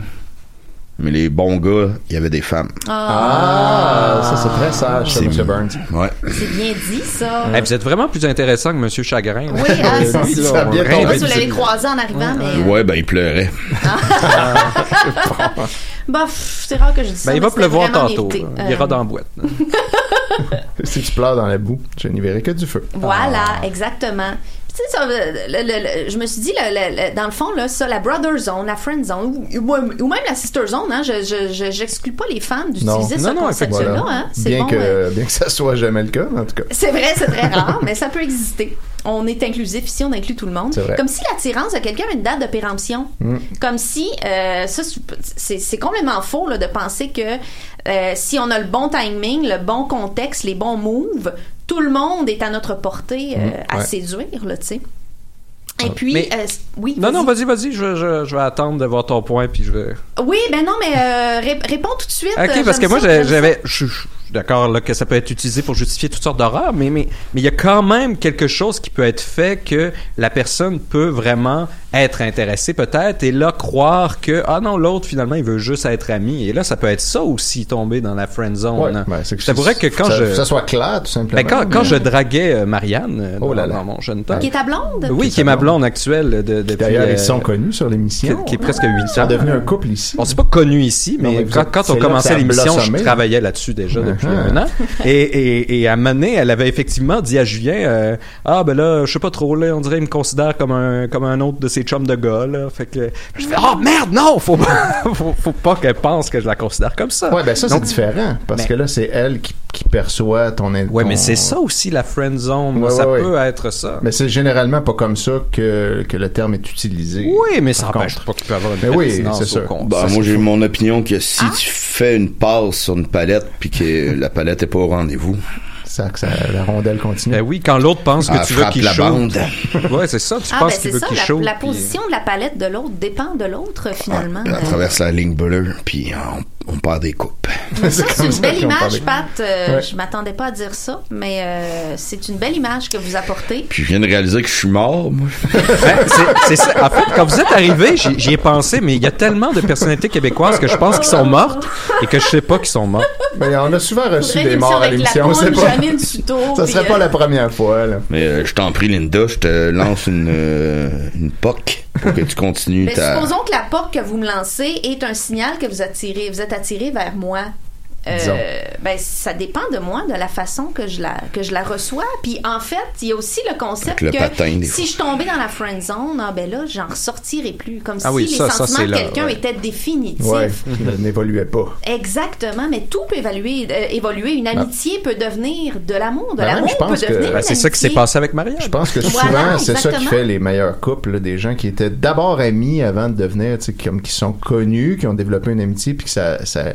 Speaker 8: mais les bons gars, il y avait des femmes.
Speaker 2: Ah, ça, c'est très sage, ça,
Speaker 8: C'est-
Speaker 2: M. Burns.
Speaker 8: Ouais.
Speaker 3: C'est bien dit, ça.
Speaker 1: Eh, vous êtes vraiment plus intéressant que Monsieur Chagrin. là.
Speaker 3: Oui, ah, ça, c'est-
Speaker 2: Ça a bien
Speaker 3: Je sais pas
Speaker 2: tombé.
Speaker 3: si vous l'avez croisé en arrivant, mais.
Speaker 8: Ouais, ben ils pleuraient.
Speaker 3: Bah, pff, c'est rare que je dise ça.
Speaker 1: Ben, il va
Speaker 3: mais c'était
Speaker 1: pleuvoir
Speaker 3: vraiment
Speaker 1: tantôt.
Speaker 3: mérité.
Speaker 1: là.
Speaker 3: Euh,
Speaker 1: Il ira dans la boîte. là.
Speaker 2: Si tu pleures dans la boue, je n'y verrai que du feu.
Speaker 3: Euh, Voilà, exactement. Puis, Tu sais, ça, le- le- le- je me suis dit, le- le- le- dans le fond, là, ça, la brother zone, la friend zone, ou, ou- ou même la sister zone, hein, je, je, je- j'exclus pas les femmes d'utiliser
Speaker 1: Non.
Speaker 3: ce
Speaker 1: Non, non,
Speaker 3: concept-là.
Speaker 1: effectivement.
Speaker 3: Hein, c'est
Speaker 2: bien,
Speaker 3: bon,
Speaker 2: que,
Speaker 3: euh,
Speaker 2: bien que ça soit jamais le cas, en tout cas.
Speaker 3: C'est vrai, c'est très rare, mais ça peut exister. On est inclusif ici, on inclut tout le monde.
Speaker 2: C'est vrai.
Speaker 3: Comme si l'attirance de quelqu'un a une date de péremption.
Speaker 1: Mm.
Speaker 3: Comme si, euh, ça, c'est c'est complètement faux là, de penser que euh, si on a le bon timing, le bon contexte, les bons moves, tout le monde est à notre portée euh, à
Speaker 2: ouais.
Speaker 3: séduire, là, tu sais. Et puis,
Speaker 1: Mm. Mais-
Speaker 3: euh, oui.
Speaker 1: Non, non,
Speaker 3: vas-y.
Speaker 1: vas-y, vas-y, je, je, je vais attendre de voir ton point, puis je vais.
Speaker 3: Oui, ben non, mais euh, ré- réponds tout de suite.
Speaker 1: Ok,
Speaker 3: Euh,
Speaker 1: parce que
Speaker 3: j'aime
Speaker 1: moi,
Speaker 3: ça,
Speaker 1: j'ai-
Speaker 3: j'aime ça.
Speaker 1: j'avais. Je je- je suis d'accord là, que ça peut être utilisé pour justifier toutes sortes d'horreurs, mais mais- mais il y a quand même quelque chose qui peut être fait que la personne peut vraiment être intéressée, peut-être, et là, croire que, ah non, l'autre, finalement, il veut juste être ami. Et là, ça peut être ça aussi, tomber dans la friend zone. hein.
Speaker 2: Ouais, ben, c'est
Speaker 1: je t'avouerais que quand
Speaker 2: ça-
Speaker 1: je.
Speaker 2: Que ça soit clair, tout simplement.
Speaker 1: Ben, quand, quand je draguais euh, Marianne euh,
Speaker 2: Oh
Speaker 1: dans,
Speaker 2: là là.
Speaker 1: dans mon jeune temps.
Speaker 3: Qui est ta blonde?
Speaker 1: oui, qui est ma blonde actuelle de, depuis.
Speaker 2: D'ailleurs,
Speaker 1: euh,
Speaker 2: ils sont Ah, connus sur
Speaker 1: qui,
Speaker 2: l'émission.
Speaker 1: qui est presque 8
Speaker 2: Ils
Speaker 1: ans.
Speaker 2: sont devenus un couple ici.
Speaker 1: On s'est pas connu ici, mais,
Speaker 2: Non, mais vous
Speaker 1: quand,
Speaker 2: êtes-
Speaker 1: quand
Speaker 2: c'est
Speaker 1: on
Speaker 2: là que ça
Speaker 1: commencé
Speaker 2: a
Speaker 1: l'émission,
Speaker 2: blossomé.
Speaker 1: je travaillais là-dessus déjà depuis
Speaker 2: Uh-huh.
Speaker 1: un an. Et, et, et à Mané, elle avait effectivement dit à Julien euh, Ah, ben là, je sais pas trop, là, on dirait qu'il me considère comme un, comme un autre de ses chums de gars, là. Fait que je fais Oh merde, non, faut pas, faut, faut pas qu'elle pense que je la considère comme ça.
Speaker 2: Ouais, ben ça, c'est
Speaker 1: Donc-
Speaker 2: différent. Parce
Speaker 1: Mais-
Speaker 2: que là, c'est elle qui, qui perçoit ton...
Speaker 1: Ouais, mais
Speaker 2: ton-
Speaker 1: c'est ça aussi la friend zone.
Speaker 2: Ouais,
Speaker 1: ça
Speaker 2: ouais,
Speaker 1: peut être ça.
Speaker 2: Mais c'est généralement pas comme ça que, que le terme est utilisé.
Speaker 1: oui, mais ça
Speaker 2: Par
Speaker 1: n'empêche
Speaker 2: contre.
Speaker 1: pas qu'il peut avoir une
Speaker 2: Mais oui,
Speaker 1: pertinence
Speaker 2: c'est
Speaker 1: au
Speaker 2: sûr.
Speaker 1: compte.
Speaker 8: Bah
Speaker 1: Ça,
Speaker 8: moi
Speaker 1: c'est
Speaker 8: j'ai
Speaker 1: fou.
Speaker 8: mon opinion que si
Speaker 2: Ah.
Speaker 8: tu fais une passe sur une palette puis que la palette est pas au rendez-vous,
Speaker 2: Ça, que ça- la rondelle continue.
Speaker 1: Ben oui, quand l'autre pense que
Speaker 8: elle
Speaker 1: tu veux
Speaker 8: frappe
Speaker 1: qu'il
Speaker 8: la
Speaker 1: chauffe.
Speaker 8: bande.
Speaker 1: Ouais, c'est ça, tu
Speaker 3: Ah, ben
Speaker 1: penses qu'il
Speaker 3: c'est
Speaker 1: veut
Speaker 3: ça,
Speaker 1: qu'il
Speaker 3: la,
Speaker 1: chauffe.
Speaker 3: la
Speaker 1: puis-
Speaker 3: position de la palette de l'autre dépend de l'autre, finalement.
Speaker 4: Ah, ben,
Speaker 8: Elle
Speaker 3: Euh,
Speaker 8: traverse la ligne bleue puis euh, on, on perd des coupes.
Speaker 3: Ça,
Speaker 2: comme
Speaker 3: c'est une
Speaker 2: ça
Speaker 3: belle
Speaker 2: qu'ils ont
Speaker 3: image,
Speaker 2: parlé.
Speaker 3: Pat. Euh,
Speaker 2: Ouais.
Speaker 3: Je m'attendais pas à dire ça, mais euh, c'est une belle image que vous apportez.
Speaker 8: Puis je viens de réaliser que je suis mort. Moi.
Speaker 1: Ben, c'est- c'est ça. En fait, quand vous êtes arrivé, j'y j'y ai pensé, mais il y a tellement de personnalités québécoises que je pense qu'ils sont mortes et que je sais pas qu'ils sont mortes.
Speaker 2: Mais Ben, on a souvent reçu des morts à
Speaker 3: la
Speaker 2: l'émission, c'est
Speaker 3: poule,
Speaker 2: pas...
Speaker 3: Janine Tuto.
Speaker 2: Ça serait
Speaker 3: puis,
Speaker 2: pas
Speaker 3: euh,
Speaker 2: la première fois, là.
Speaker 8: Mais euh, je t'en prie, Linda, je te lance une, euh, une POC pour que tu continues
Speaker 3: mais
Speaker 8: ta.
Speaker 3: ben, supposons que la porte que vous me lancez est un signal que vous attirez, vous êtes attiré vers moi. Euh,
Speaker 2: Disons.
Speaker 3: ben, ça dépend de moi, de la façon que je la, que je la reçois. Puis en fait, il y a aussi le
Speaker 8: Avec
Speaker 3: concept
Speaker 8: le
Speaker 3: que
Speaker 8: patin, des
Speaker 3: si
Speaker 8: fois.
Speaker 3: je tombais dans la friend zone, ah, ben là, j'en ressortirais plus. Comme
Speaker 1: Ah
Speaker 3: si
Speaker 1: oui,
Speaker 3: les
Speaker 1: ça, ça,
Speaker 3: sentiments
Speaker 1: c'est
Speaker 3: de
Speaker 1: là,
Speaker 3: quelqu'un
Speaker 1: ouais.
Speaker 3: étaient définitifs.
Speaker 2: Ouais, elle n'évoluait pas.
Speaker 3: Exactement, mais tout peut évaluer, euh, évoluer. Une amitié peut devenir de l'amour, de
Speaker 2: Ben,
Speaker 3: l'amour
Speaker 2: je
Speaker 3: peut
Speaker 2: pense que-
Speaker 3: devenir.
Speaker 1: Ben,
Speaker 3: une
Speaker 1: c'est ça qui s'est
Speaker 3: amitié.
Speaker 1: passé avec Marianne.
Speaker 2: Je pense que souvent,
Speaker 3: Voilà,
Speaker 2: c'est ça qui
Speaker 3: exactement.
Speaker 2: fait les meilleurs couples, là, des gens qui étaient d'abord amis
Speaker 3: Mhm.
Speaker 2: avant de devenir, tu sais, comme qui sont connus, qui ont développé une amitié, puis que ça, ça,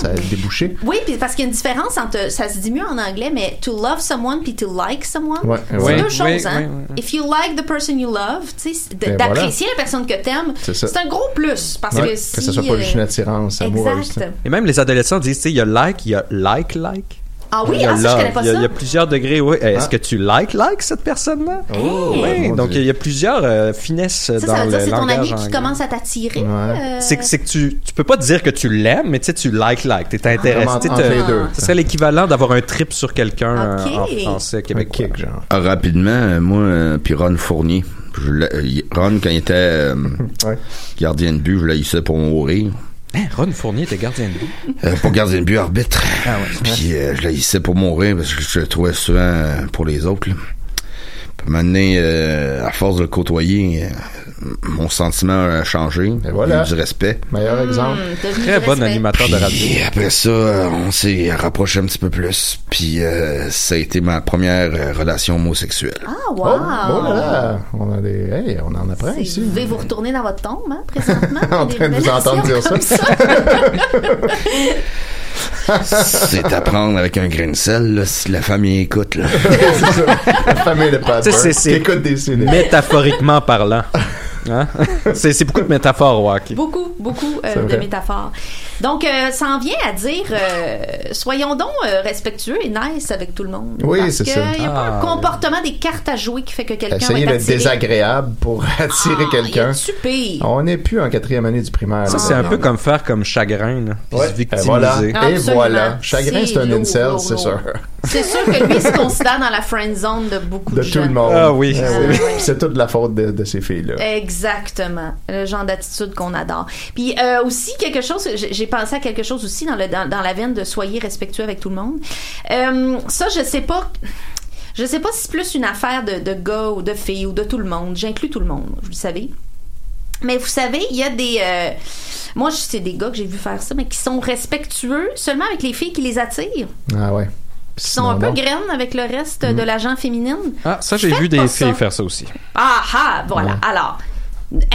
Speaker 2: ça a débouché. oui.
Speaker 3: Oui, puis parce qu'il y a une différence entre ça se dit mieux en anglais, mais to love someone puis to like someone,
Speaker 2: Ouais,
Speaker 3: c'est
Speaker 2: ouais.
Speaker 3: deux
Speaker 1: Oui,
Speaker 3: choses.
Speaker 1: oui,
Speaker 3: hein.
Speaker 1: oui, oui.
Speaker 3: If you like the person you love, tu sais, c'est de-
Speaker 2: Ben
Speaker 3: d'apprécier la personne que t'aimes,
Speaker 2: C'est ça.
Speaker 3: c'est un gros plus parce
Speaker 2: Ouais,
Speaker 3: que
Speaker 2: que
Speaker 3: si
Speaker 2: ça soit pas juste une attirance
Speaker 3: euh,
Speaker 2: amoureuse.
Speaker 3: exact.
Speaker 2: ça.
Speaker 1: Et même les adolescents disent, tu sais, il y a like, il y a like, like.
Speaker 3: Ah
Speaker 1: Il
Speaker 3: oui,
Speaker 1: y a
Speaker 3: ah, ça, je connais
Speaker 1: love.
Speaker 3: pas
Speaker 1: il, y a,
Speaker 3: ça.
Speaker 1: il y a plusieurs degrés. Oui. Est-ce
Speaker 2: Ah.
Speaker 1: que tu like, like cette personne-là?
Speaker 2: Oh,
Speaker 1: Oui,
Speaker 2: mon
Speaker 1: donc
Speaker 2: Dieu.
Speaker 1: il y a plusieurs euh, finesses
Speaker 3: Ça,
Speaker 1: dans
Speaker 3: ça veut
Speaker 1: le
Speaker 3: dire que c'est ton
Speaker 1: langage
Speaker 3: ami qui
Speaker 1: anglais.
Speaker 3: commence à t'attirer.
Speaker 2: Ouais.
Speaker 3: euh,
Speaker 1: C'est que- c'est que tu, tu peux pas dire que tu l'aimes, mais tu sais, tu like, like. T'es
Speaker 2: Vraiment,
Speaker 1: intéressé. Tu sais,
Speaker 2: entre
Speaker 1: t'as-
Speaker 2: les deux.
Speaker 1: Ce serait l'équivalent d'avoir un trip sur quelqu'un
Speaker 3: Ok.
Speaker 1: euh, en français
Speaker 2: Un
Speaker 1: québécois.
Speaker 2: kick, genre.
Speaker 8: Ah, rapidement, euh, moi, euh, puis Ron Fournier. Je l'ai- euh, y- Ron, quand il était euh,
Speaker 2: Ouais.
Speaker 8: gardien de but, je l'haïssais pour mourir.
Speaker 1: Hein, Ron Fournier était gardien de but.
Speaker 8: Euh, pour gardien de but, arbitre. Puis euh, je l'haïssais pour mourir parce que je le trouvais souvent euh, pour les autres. Là. Puis maintenant, euh, à force de le côtoyer, euh, mon sentiment a changé.
Speaker 2: Et voilà.
Speaker 8: Il y a eu Du respect.
Speaker 2: Meilleur exemple.
Speaker 3: hmm, devenu
Speaker 1: Très
Speaker 3: du
Speaker 1: bon
Speaker 3: respect.
Speaker 1: animateur de radio.
Speaker 8: Puis après ça, euh, on s'est rapproché un petit peu plus. Puis euh, ça a été ma première euh, relation homosexuelle.
Speaker 3: Ah, wow!
Speaker 2: Oh, oh là là, on a des, hey, on en apprend
Speaker 3: C'est-
Speaker 2: ici.
Speaker 3: Vous pouvez vous retourner dans votre tombe, hein, présentement.
Speaker 2: En
Speaker 3: des
Speaker 2: train de vous entendre dire
Speaker 3: révélations
Speaker 2: ça.
Speaker 3: comme ça.
Speaker 8: C'est à prendre avec un grain de sel là, si la famille écoute. Là.
Speaker 2: La famille de
Speaker 1: Tu
Speaker 2: Patton.
Speaker 1: sais, c'est- c'est-
Speaker 2: T'écoutes des CD.
Speaker 1: Métaphoriquement parlant. Hein? C'est c'est beaucoup de métaphores au hockey.
Speaker 3: beaucoup, beaucoup euh,
Speaker 2: C'est
Speaker 3: de
Speaker 2: vrai.
Speaker 3: métaphores. Donc, euh, ça en vient à dire, euh, soyons donc euh, respectueux et nice avec tout le monde.
Speaker 2: Oui,
Speaker 3: Parce
Speaker 2: c'est
Speaker 3: que
Speaker 2: ça.
Speaker 3: Il n'y a pas un
Speaker 1: Ah.
Speaker 3: comportement des cartes à jouer qui fait que quelqu'un va
Speaker 2: Essayez
Speaker 3: être
Speaker 2: d'être
Speaker 3: attiré.
Speaker 2: désagréable pour attirer
Speaker 3: Ah,
Speaker 2: quelqu'un.
Speaker 3: y a-tu pire?
Speaker 2: On n'est plus en quatrième année du primaire.
Speaker 1: Ça,
Speaker 2: là,
Speaker 1: c'est un peu
Speaker 2: maintenant.
Speaker 1: comme faire comme chagrin, là, puis
Speaker 2: Ouais.
Speaker 1: se
Speaker 2: Et
Speaker 1: victimiser.
Speaker 2: voilà. Et
Speaker 3: Absolument.
Speaker 2: voilà. Chagrin, c'est un
Speaker 3: C'est
Speaker 2: incel,
Speaker 3: lourd,
Speaker 2: c'est
Speaker 3: lourd,
Speaker 2: sûr.
Speaker 3: lourd. C'est sûr que lui il se considère dans la friend zone de beaucoup de,
Speaker 2: De tout
Speaker 3: gens.
Speaker 2: le monde.
Speaker 1: Ah oui.
Speaker 2: Eh
Speaker 1: Ah
Speaker 3: oui.
Speaker 2: C'est toute la faute de, de ces filles-là.
Speaker 3: Eh. Exactement, le genre d'attitude qu'on adore. Puis euh, aussi quelque chose, j'ai j'ai pensé à quelque chose aussi dans, le, dans, dans la veine de soyez respectueux avec tout le monde. Euh, ça, je sais pas. Je sais pas si c'est plus une affaire de, de gars ou de filles ou de tout le monde. J'inclus tout le monde, vous le savez. Mais vous savez, il y a des. euh, moi, je- c'est des gars que j'ai vu faire ça, mais qui sont respectueux seulement avec les filles qui les attirent,
Speaker 2: Ah ouais.
Speaker 3: qui sont un peu graines avec le reste de la gent féminine.
Speaker 1: Mm-hmm. Ah, ça, j'ai
Speaker 3: Faites
Speaker 1: vu des
Speaker 3: pas
Speaker 1: filles
Speaker 3: ça.
Speaker 1: faire ça aussi.
Speaker 3: Ah ah, voilà. Alors,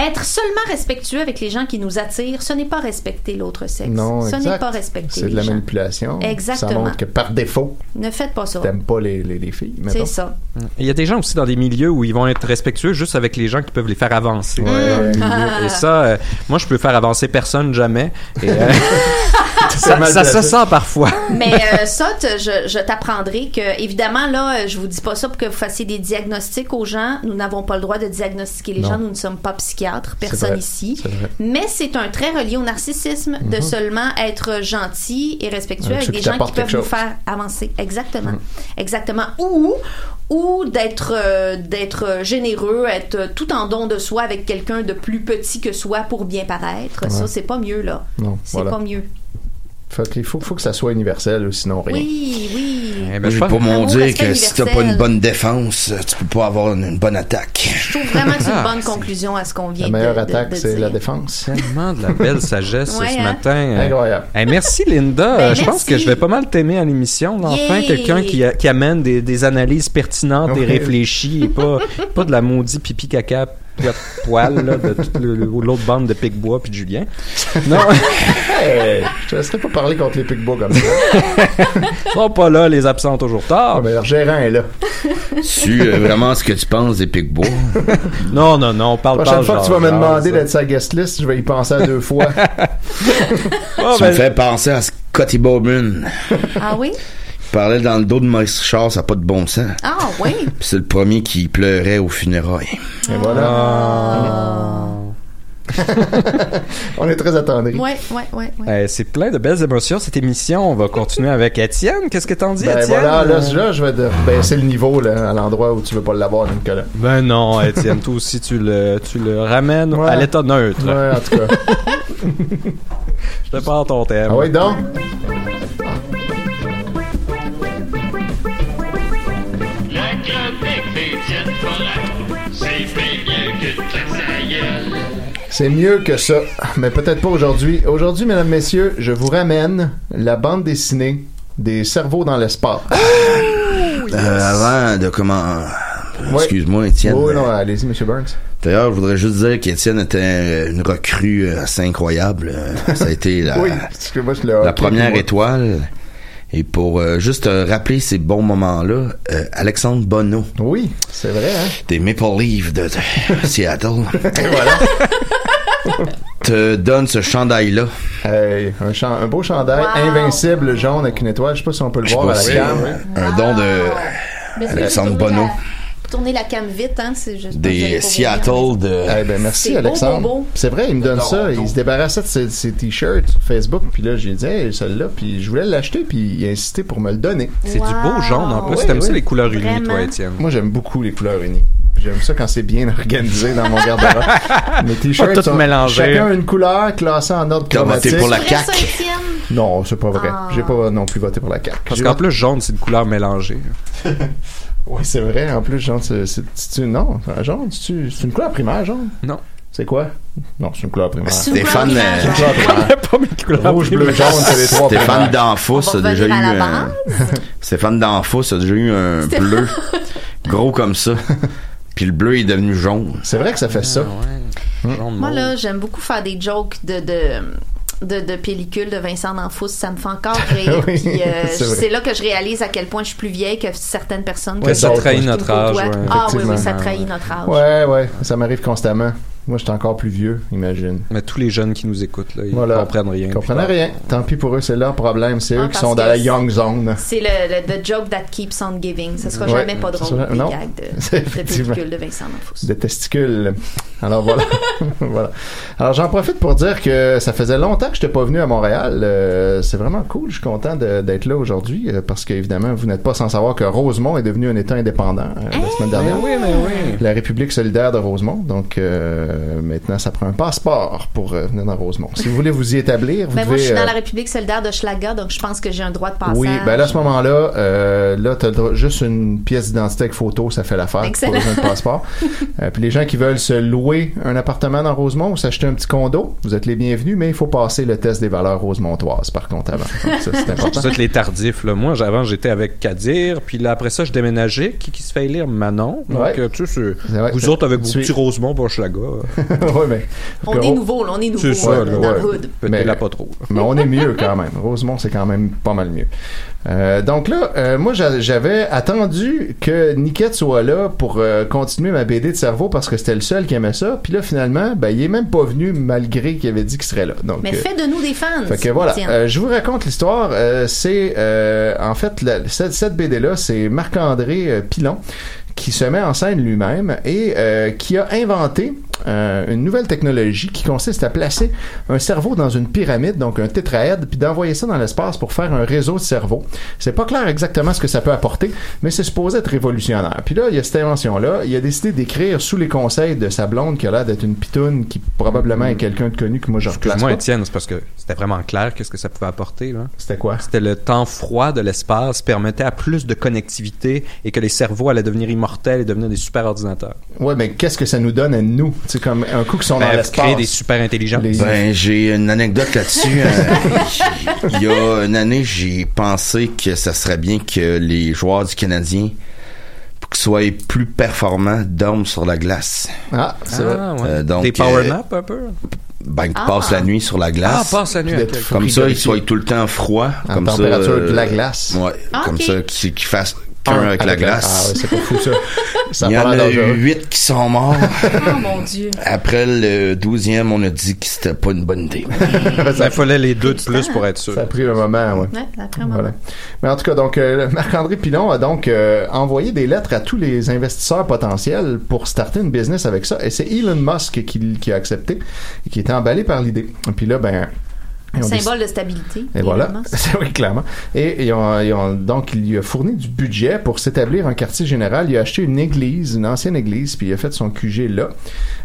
Speaker 3: être seulement respectueux avec les gens qui nous attirent, ce n'est pas respecter l'autre sexe.
Speaker 2: Non,
Speaker 3: ce
Speaker 2: exact.
Speaker 3: n'est pas respecter
Speaker 2: C'est
Speaker 3: les
Speaker 2: de la
Speaker 3: gens.
Speaker 2: manipulation.
Speaker 3: Exactement.
Speaker 2: Ça montre que par défaut,
Speaker 3: Ne faites pas ça.
Speaker 2: t'aimes pas les, les, les filles. mettons.
Speaker 3: C'est ça.
Speaker 1: Il y a des gens aussi dans des milieux où ils vont être respectueux juste avec les gens qui peuvent les faire avancer.
Speaker 3: Mm.
Speaker 2: Ouais.
Speaker 1: Et ça, euh, moi, je peux faire avancer personne jamais. Et, euh, ça,
Speaker 2: mal
Speaker 1: ça se
Speaker 2: placé.
Speaker 1: sent parfois.
Speaker 3: Mais euh, ça, te- je, je t'apprendrai que, évidemment, là, euh, je vous dis pas ça pour que vous fassiez des diagnostics aux gens. Nous n'avons pas le droit de diagnostiquer les
Speaker 2: Non.
Speaker 3: gens. Nous ne sommes pas psychiatres,
Speaker 2: C'est
Speaker 3: personne
Speaker 2: vrai.
Speaker 3: ici.
Speaker 2: C'est vrai.
Speaker 3: Mais c'est un trait relié au narcissisme de seulement être gentil et respectueux
Speaker 2: Avec
Speaker 3: avec
Speaker 2: ceux
Speaker 3: des
Speaker 2: qui
Speaker 3: gens qui
Speaker 2: t'apportent
Speaker 3: peuvent
Speaker 2: quelque
Speaker 3: nous
Speaker 2: chose. Mhm.
Speaker 3: faire avancer. Exactement. Exactement. Ou ou d'être euh, d'être généreux, être euh, tout en don de soi avec quelqu'un de plus petit que soi pour bien paraître. Ça,
Speaker 2: Ouais.
Speaker 3: c'est pas mieux, là.
Speaker 2: Non,
Speaker 3: C'est
Speaker 2: voilà.
Speaker 3: pas mieux.
Speaker 2: Fait qu'il faut, faut que ça soit universel, ou sinon rien.
Speaker 3: Oui, oui.
Speaker 1: Eh ben,
Speaker 8: Moi,
Speaker 1: je
Speaker 8: j'ai
Speaker 1: pense-
Speaker 8: pas mon
Speaker 3: Amour,
Speaker 8: dire
Speaker 3: respect
Speaker 8: que si t'as pas une
Speaker 3: universel.
Speaker 8: bonne défense, euh, tu peux pas avoir une, une bonne attaque.
Speaker 3: Je trouve vraiment que c'est une
Speaker 1: Ah,
Speaker 3: bonne conclusion à ce qu'on vient
Speaker 2: La
Speaker 3: de,
Speaker 2: meilleure
Speaker 3: de-
Speaker 2: attaque,
Speaker 3: de
Speaker 2: c'est
Speaker 3: dire.
Speaker 2: la défense.
Speaker 1: Tellement de la belle sagesse
Speaker 3: Ouais,
Speaker 1: ce
Speaker 3: hein?
Speaker 1: matin. Euh,
Speaker 2: Incroyable.
Speaker 1: Eh, merci Linda.
Speaker 3: Ben,
Speaker 1: Euh, je pense
Speaker 3: merci.
Speaker 1: que je vais pas mal t'aimer à l'émission. là. Enfin,
Speaker 3: Yay.
Speaker 1: quelqu'un qui, a- qui amène des, des analyses pertinentes et
Speaker 2: Ouais.
Speaker 1: réfléchies et pas, pas de la maudite pipi caca poil, poil là, de toute le- le- l'autre bande de Picbois puis de Julien. Non,
Speaker 2: Hey, je te laisserai pas parler contre les Picbois comme ça.
Speaker 1: ils sont pas là, les absents toujours
Speaker 2: Ah,
Speaker 1: tard.
Speaker 2: mais leur gérant est là.
Speaker 8: tu euh, vraiment ce que tu penses des Picbois?
Speaker 1: Non, non, non, on parle
Speaker 2: La
Speaker 1: pas.
Speaker 2: prochaine fois que tu vas me demander d'être sa guest list, je vais y penser à deux fois.
Speaker 1: Ah,
Speaker 8: tu
Speaker 1: ben,
Speaker 8: me fais penser à Scotty Bowman.
Speaker 3: Ah oui?
Speaker 8: Il parlait dans le dos de Maurice Richard, ça n'a pas de bon sens.
Speaker 3: Ah oui?
Speaker 8: Puis c'est le premier qui pleurait aux funérailles.
Speaker 2: Et voilà.
Speaker 1: Ah.
Speaker 2: Ah.
Speaker 3: Ah.
Speaker 2: On est très attendris.
Speaker 3: Ouais, ouais, ouais. ouais.
Speaker 1: c'est plein de belles émotions cette émission. On va continuer avec Étienne. Qu'est-ce que t'en dis,
Speaker 2: Ben
Speaker 1: Étienne?
Speaker 2: voilà, là, là, je vais de- baisser le niveau là, à l'endroit où tu veux pas l'avoir, Nicolas.
Speaker 1: Ben non, Étienne, toi aussi, tu le, tu le ramènes
Speaker 2: Ouais.
Speaker 1: à l'état neutre.
Speaker 2: Ouais, en tout cas.
Speaker 1: Je te parle ton thème.
Speaker 2: ah oui, donc?
Speaker 6: La chronique d'Étienne Forêt, c'est bien mieux que de la saïeule.
Speaker 2: C'est mieux que ça, mais peut-être pas aujourd'hui. Aujourd'hui, mesdames, messieurs, je vous ramène la bande
Speaker 8: Ah,
Speaker 2: dessinée des cerveaux dans l'espace.
Speaker 8: Euh, avant de comment
Speaker 2: Ouais.
Speaker 8: Excuse-moi, Étienne.
Speaker 2: Oh, non, allez-y, Monsieur Burns.
Speaker 8: D'ailleurs, je voudrais juste dire qu'Étienne était euh, une recrue assez incroyable. Euh, Ça a été la,
Speaker 2: oui, parce que moi, je l'ai
Speaker 8: la
Speaker 2: hockey,
Speaker 8: première
Speaker 2: moi.
Speaker 8: étoile. Et pour euh, juste euh, rappeler ces bons moments-là, euh, Alexandre Bonneau,
Speaker 2: Oui, c'est vrai, hein.
Speaker 8: des Maple Leafs de, de Seattle,
Speaker 2: voilà.
Speaker 8: te donne ce chandail-là.
Speaker 2: Hey, un, chan- un beau chandail
Speaker 3: Wow.
Speaker 2: invincible jaune avec une étoile. Je sais pas si on peut le
Speaker 8: Je sais
Speaker 2: voir
Speaker 8: pas
Speaker 2: à la
Speaker 8: si-
Speaker 2: cam.
Speaker 8: Un don de
Speaker 3: Mais Ah, c'est
Speaker 8: Alexandre
Speaker 3: faut tourner
Speaker 8: Bonneau.
Speaker 4: hein.
Speaker 3: la- Tourner la cam vite, hein, c'est juste.
Speaker 8: des
Speaker 3: Seattle.
Speaker 8: Seattle de...
Speaker 2: Eh ben, merci
Speaker 3: C'est beau,
Speaker 2: Alexandre.
Speaker 3: beau, beau.
Speaker 2: C'est vrai, il me donne ça.
Speaker 4: Toronto.
Speaker 2: Il se débarrassait de ses, ses t-shirts sur Facebook, puis là j'ai dit hey, celle-là, puis je voulais l'acheter, puis il a insisté pour me le donner.
Speaker 1: C'est du beau jaune en plus.
Speaker 2: Oui,
Speaker 1: T'aimes
Speaker 2: oui.
Speaker 1: ça les couleurs unies,
Speaker 3: Vraiment.
Speaker 1: toi, Étienne.
Speaker 2: Moi j'aime beaucoup les couleurs unies. J'aime ça quand c'est bien organisé dans mon garde-robe. Mes t-shirts
Speaker 1: Pas tout
Speaker 2: sont
Speaker 1: mélangé.
Speaker 2: chacun une couleur classée en ordre
Speaker 8: T'as voté
Speaker 2: chromatique.
Speaker 8: pour la
Speaker 3: Après ça,
Speaker 8: CAQ.
Speaker 3: Étienne?
Speaker 2: Non, c'est pas vrai.
Speaker 3: Ah.
Speaker 2: J'ai pas non plus voté pour la carte.
Speaker 1: Parce qu'en plus, jaune, c'est une couleur mélangée.
Speaker 2: Oui, c'est vrai. En plus, jaune, c'est, c'est, c'est- non, jaune, c'est, c'est une couleur primaire, jaune.
Speaker 1: Non.
Speaker 2: C'est quoi Non, c'est une couleur primaire.
Speaker 3: Ah, C'est une
Speaker 8: Stéphane,
Speaker 3: couleur
Speaker 8: euh,
Speaker 2: C'est une
Speaker 3: orange.
Speaker 2: couleur primaire.
Speaker 1: pas mes couleurs.
Speaker 2: Rouge, bleu, jaune, c'est les trois
Speaker 8: Stéphane
Speaker 2: primaires.
Speaker 8: Danfous
Speaker 3: On
Speaker 8: a
Speaker 3: va
Speaker 8: déjà eu
Speaker 3: revenir à la
Speaker 8: un... Stéphane Danfous a déjà eu un
Speaker 3: Stéphane-
Speaker 8: bleu gros comme ça. Puis le bleu est devenu jaune.
Speaker 2: C'est vrai que ça fait ça.
Speaker 3: Moi, là, j'aime beaucoup faire des jokes de. de de, de pellicules de Vincent D'Anfous, ça me fait encore rire.
Speaker 2: Oui,
Speaker 3: Puis, euh,
Speaker 2: c'est vrai.
Speaker 3: c'est là que je réalise à quel point je suis plus vieille que certaines personnes.
Speaker 1: Ouais,
Speaker 3: que
Speaker 1: ça
Speaker 2: d'autres,
Speaker 1: trahit
Speaker 2: ouais.
Speaker 1: notre âge. ouais.
Speaker 3: ah oui,
Speaker 2: effectivement.
Speaker 3: oui, ça trahit notre âge.
Speaker 2: Ouais, ouais, ça m'arrive constamment. Moi, j'étais encore plus vieux, imagine.
Speaker 1: Mais tous les jeunes qui nous écoutent, là, ils
Speaker 2: Voilà.
Speaker 1: comprennent rien.
Speaker 2: Ils comprenaient rien. Tant pis pour eux, c'est leur problème. C'est eux
Speaker 3: Ah,
Speaker 2: qui
Speaker 3: parce
Speaker 2: sont dans
Speaker 3: que
Speaker 2: la
Speaker 3: c'est-
Speaker 2: young zone.
Speaker 3: C'est le, le the joke that keeps on giving. Ce sera
Speaker 2: Ouais.
Speaker 3: jamais pas
Speaker 2: Ça sera-
Speaker 3: drôle, les
Speaker 2: non.
Speaker 3: gags de,
Speaker 2: C'est
Speaker 3: de
Speaker 2: effectivement.
Speaker 3: pellicules de Vincent D'Anfous.
Speaker 2: de testicules. Alors voilà. voilà. Alors j'en profite pour dire que ça faisait longtemps que je n'étais pas venu à Montréal. Euh, c'est vraiment cool. Je suis content de- d'être là aujourd'hui euh, parce que évidemment vous n'êtes pas sans savoir que Rosemont est devenu un État indépendant euh, la semaine
Speaker 1: Mais
Speaker 2: dernière.
Speaker 1: Ah, ben oui, mais oui.
Speaker 2: La République solidaire de Rosemont. Donc euh, maintenant ça prend un passeport pour euh, venir dans Rosemont. Si vous voulez vous y établir, vous
Speaker 3: Mais Ben, moi, je
Speaker 2: devez.
Speaker 3: suis dans
Speaker 2: euh,
Speaker 3: la République solidaire de Schlaga, donc je pense que j'ai un droit de passage.
Speaker 2: oui, ben là, à ce moment-là, euh, là, t'as le droit- juste une pièce d'identité avec photo, ça fait l'affaire. T'as
Speaker 3: Excellent.
Speaker 2: Pas besoin de passeport. Euh, puis les gens qui veulent se louer un appartement dans Rosemont ou s'acheter un petit condo, vous êtes les bienvenus, mais il faut passer le test des valeurs rosemontoises, par contre, avant. Donc, ça, c'est important.
Speaker 1: Vous êtes les tardifs. Là. Moi, j'- avant, j'étais avec Kadir, puis là, après ça, je déménageais. Qui, qui se fait élire Manon. Donc,
Speaker 2: Ouais.
Speaker 1: euh, tu sais, c'est-
Speaker 2: C'est vrai.
Speaker 1: vous autres avec vos euh,
Speaker 2: Tu es-
Speaker 1: petits Rosemont, Boschlaga,
Speaker 2: Ouais, mais,
Speaker 3: on est nouveau, là, on est nouveau
Speaker 1: C'est ça,
Speaker 3: là,
Speaker 1: là,
Speaker 3: dans
Speaker 2: ouais.
Speaker 3: le hood.
Speaker 2: Mais-
Speaker 1: peut-être la pas trop.
Speaker 2: mais on est mieux quand même. Rosemont, c'est quand même pas mal mieux. Euh, donc là, euh, moi, j'a- j'avais attendu que Niquette soit là pour euh, continuer ma BD de cerveau parce que c'était le seul qui aimait ça. Puis là, finalement, ben, il est même pas venu malgré qu'il avait dit qu'il serait là. Donc,
Speaker 3: Mais
Speaker 2: euh,
Speaker 3: fais de nous des fans.
Speaker 2: Fait que voilà,
Speaker 3: Étienne.
Speaker 2: Euh, je vous raconte l'histoire. Euh, c'est euh, en fait la- cette, cette BD là, c'est Marc-André euh, Pilon qui se met en scène lui-même et euh, qui a inventé euh, une nouvelle technologie qui consiste à placer un cerveau dans une pyramide, donc un tétraède, puis d'envoyer ça dans l'espace pour faire un réseau de cerveaux. C'est pas clair exactement ce que ça peut apporter, mais c'est supposé être révolutionnaire. Puis là, il y a cette invention-là. Il a décidé d'écrire sous les conseils de sa blonde qui a l'air d'être une pitoune qui probablement est quelqu'un de connu que moi je reclasse
Speaker 1: Excuse-moi,
Speaker 2: pas.
Speaker 1: Étienne, c'est parce que c'était vraiment clair qu'est-ce que ça pouvait apporter. Là.
Speaker 2: C'était quoi?
Speaker 1: C'était le temps froid de l'espace permettait à plus de connectivité et que les cerveaux allaient devenir immortels et devenir des super ordinateurs.
Speaker 2: Ouais, mais qu'est-ce que ça nous donne à nous? C'est comme un coup qui sont dans
Speaker 1: Ben, créer
Speaker 2: l'espace.
Speaker 1: des super intelligents. Ah,
Speaker 2: Les-
Speaker 8: Ben, j'ai une anecdote là-dessus. Euh, Il y a une année, j'ai pensé que ça serait bien que les joueurs du Canadien, pour qu'ils soient plus performants, dorment sur la glace.
Speaker 2: Ah, c'est vrai.
Speaker 1: Ah, ouais.
Speaker 8: Euh, donc,
Speaker 1: des power
Speaker 8: euh,
Speaker 1: nap un peu.
Speaker 8: Ben, qu'ils
Speaker 3: Ah.
Speaker 8: passent la nuit sur la
Speaker 1: Ah,
Speaker 8: glace.
Speaker 1: passe la nuit.
Speaker 2: D'être
Speaker 1: ok.
Speaker 2: fou.
Speaker 8: comme ça, ils
Speaker 2: frigorifié.
Speaker 8: soient tout le temps froids.
Speaker 2: En
Speaker 8: comme
Speaker 2: température
Speaker 8: ça, euh,
Speaker 2: de la glace.
Speaker 8: Ouais,
Speaker 3: Ah,
Speaker 8: comme
Speaker 3: ok.
Speaker 8: ça, qu'ils qu'ils fassent qu'un avec la glace.
Speaker 2: Ah, ouais, c'est pas fou, ça. ça a
Speaker 8: Il y en
Speaker 2: pas l'air
Speaker 8: a
Speaker 2: dangereux.
Speaker 8: huit qui sont morts.
Speaker 3: Oh mon Dieu.
Speaker 8: Après le douzième, on a dit que c'était pas une bonne idée.
Speaker 1: Il fallait les deux de plus pour être sûr.
Speaker 2: Ça a pris un moment, ouais.
Speaker 3: Ouais, après un moment.
Speaker 2: Voilà. Mais en tout cas, donc euh, Marc-André Pilon a donc euh, envoyé des lettres à tous les investisseurs potentiels pour starter une business avec ça. Et c'est Elon Musk qui, qui a accepté et qui était emballé par l'idée. Et Puis là, ben. ils
Speaker 3: Un
Speaker 2: ont décidé-
Speaker 3: symbole de stabilité.
Speaker 2: Et voilà.
Speaker 3: évidemment.
Speaker 2: oui, clairement. Et ils ont, ils ont- donc, il lui a fourni du budget pour s'établir en quartier général. Il a acheté une église, une ancienne église, puis il a fait son QG là.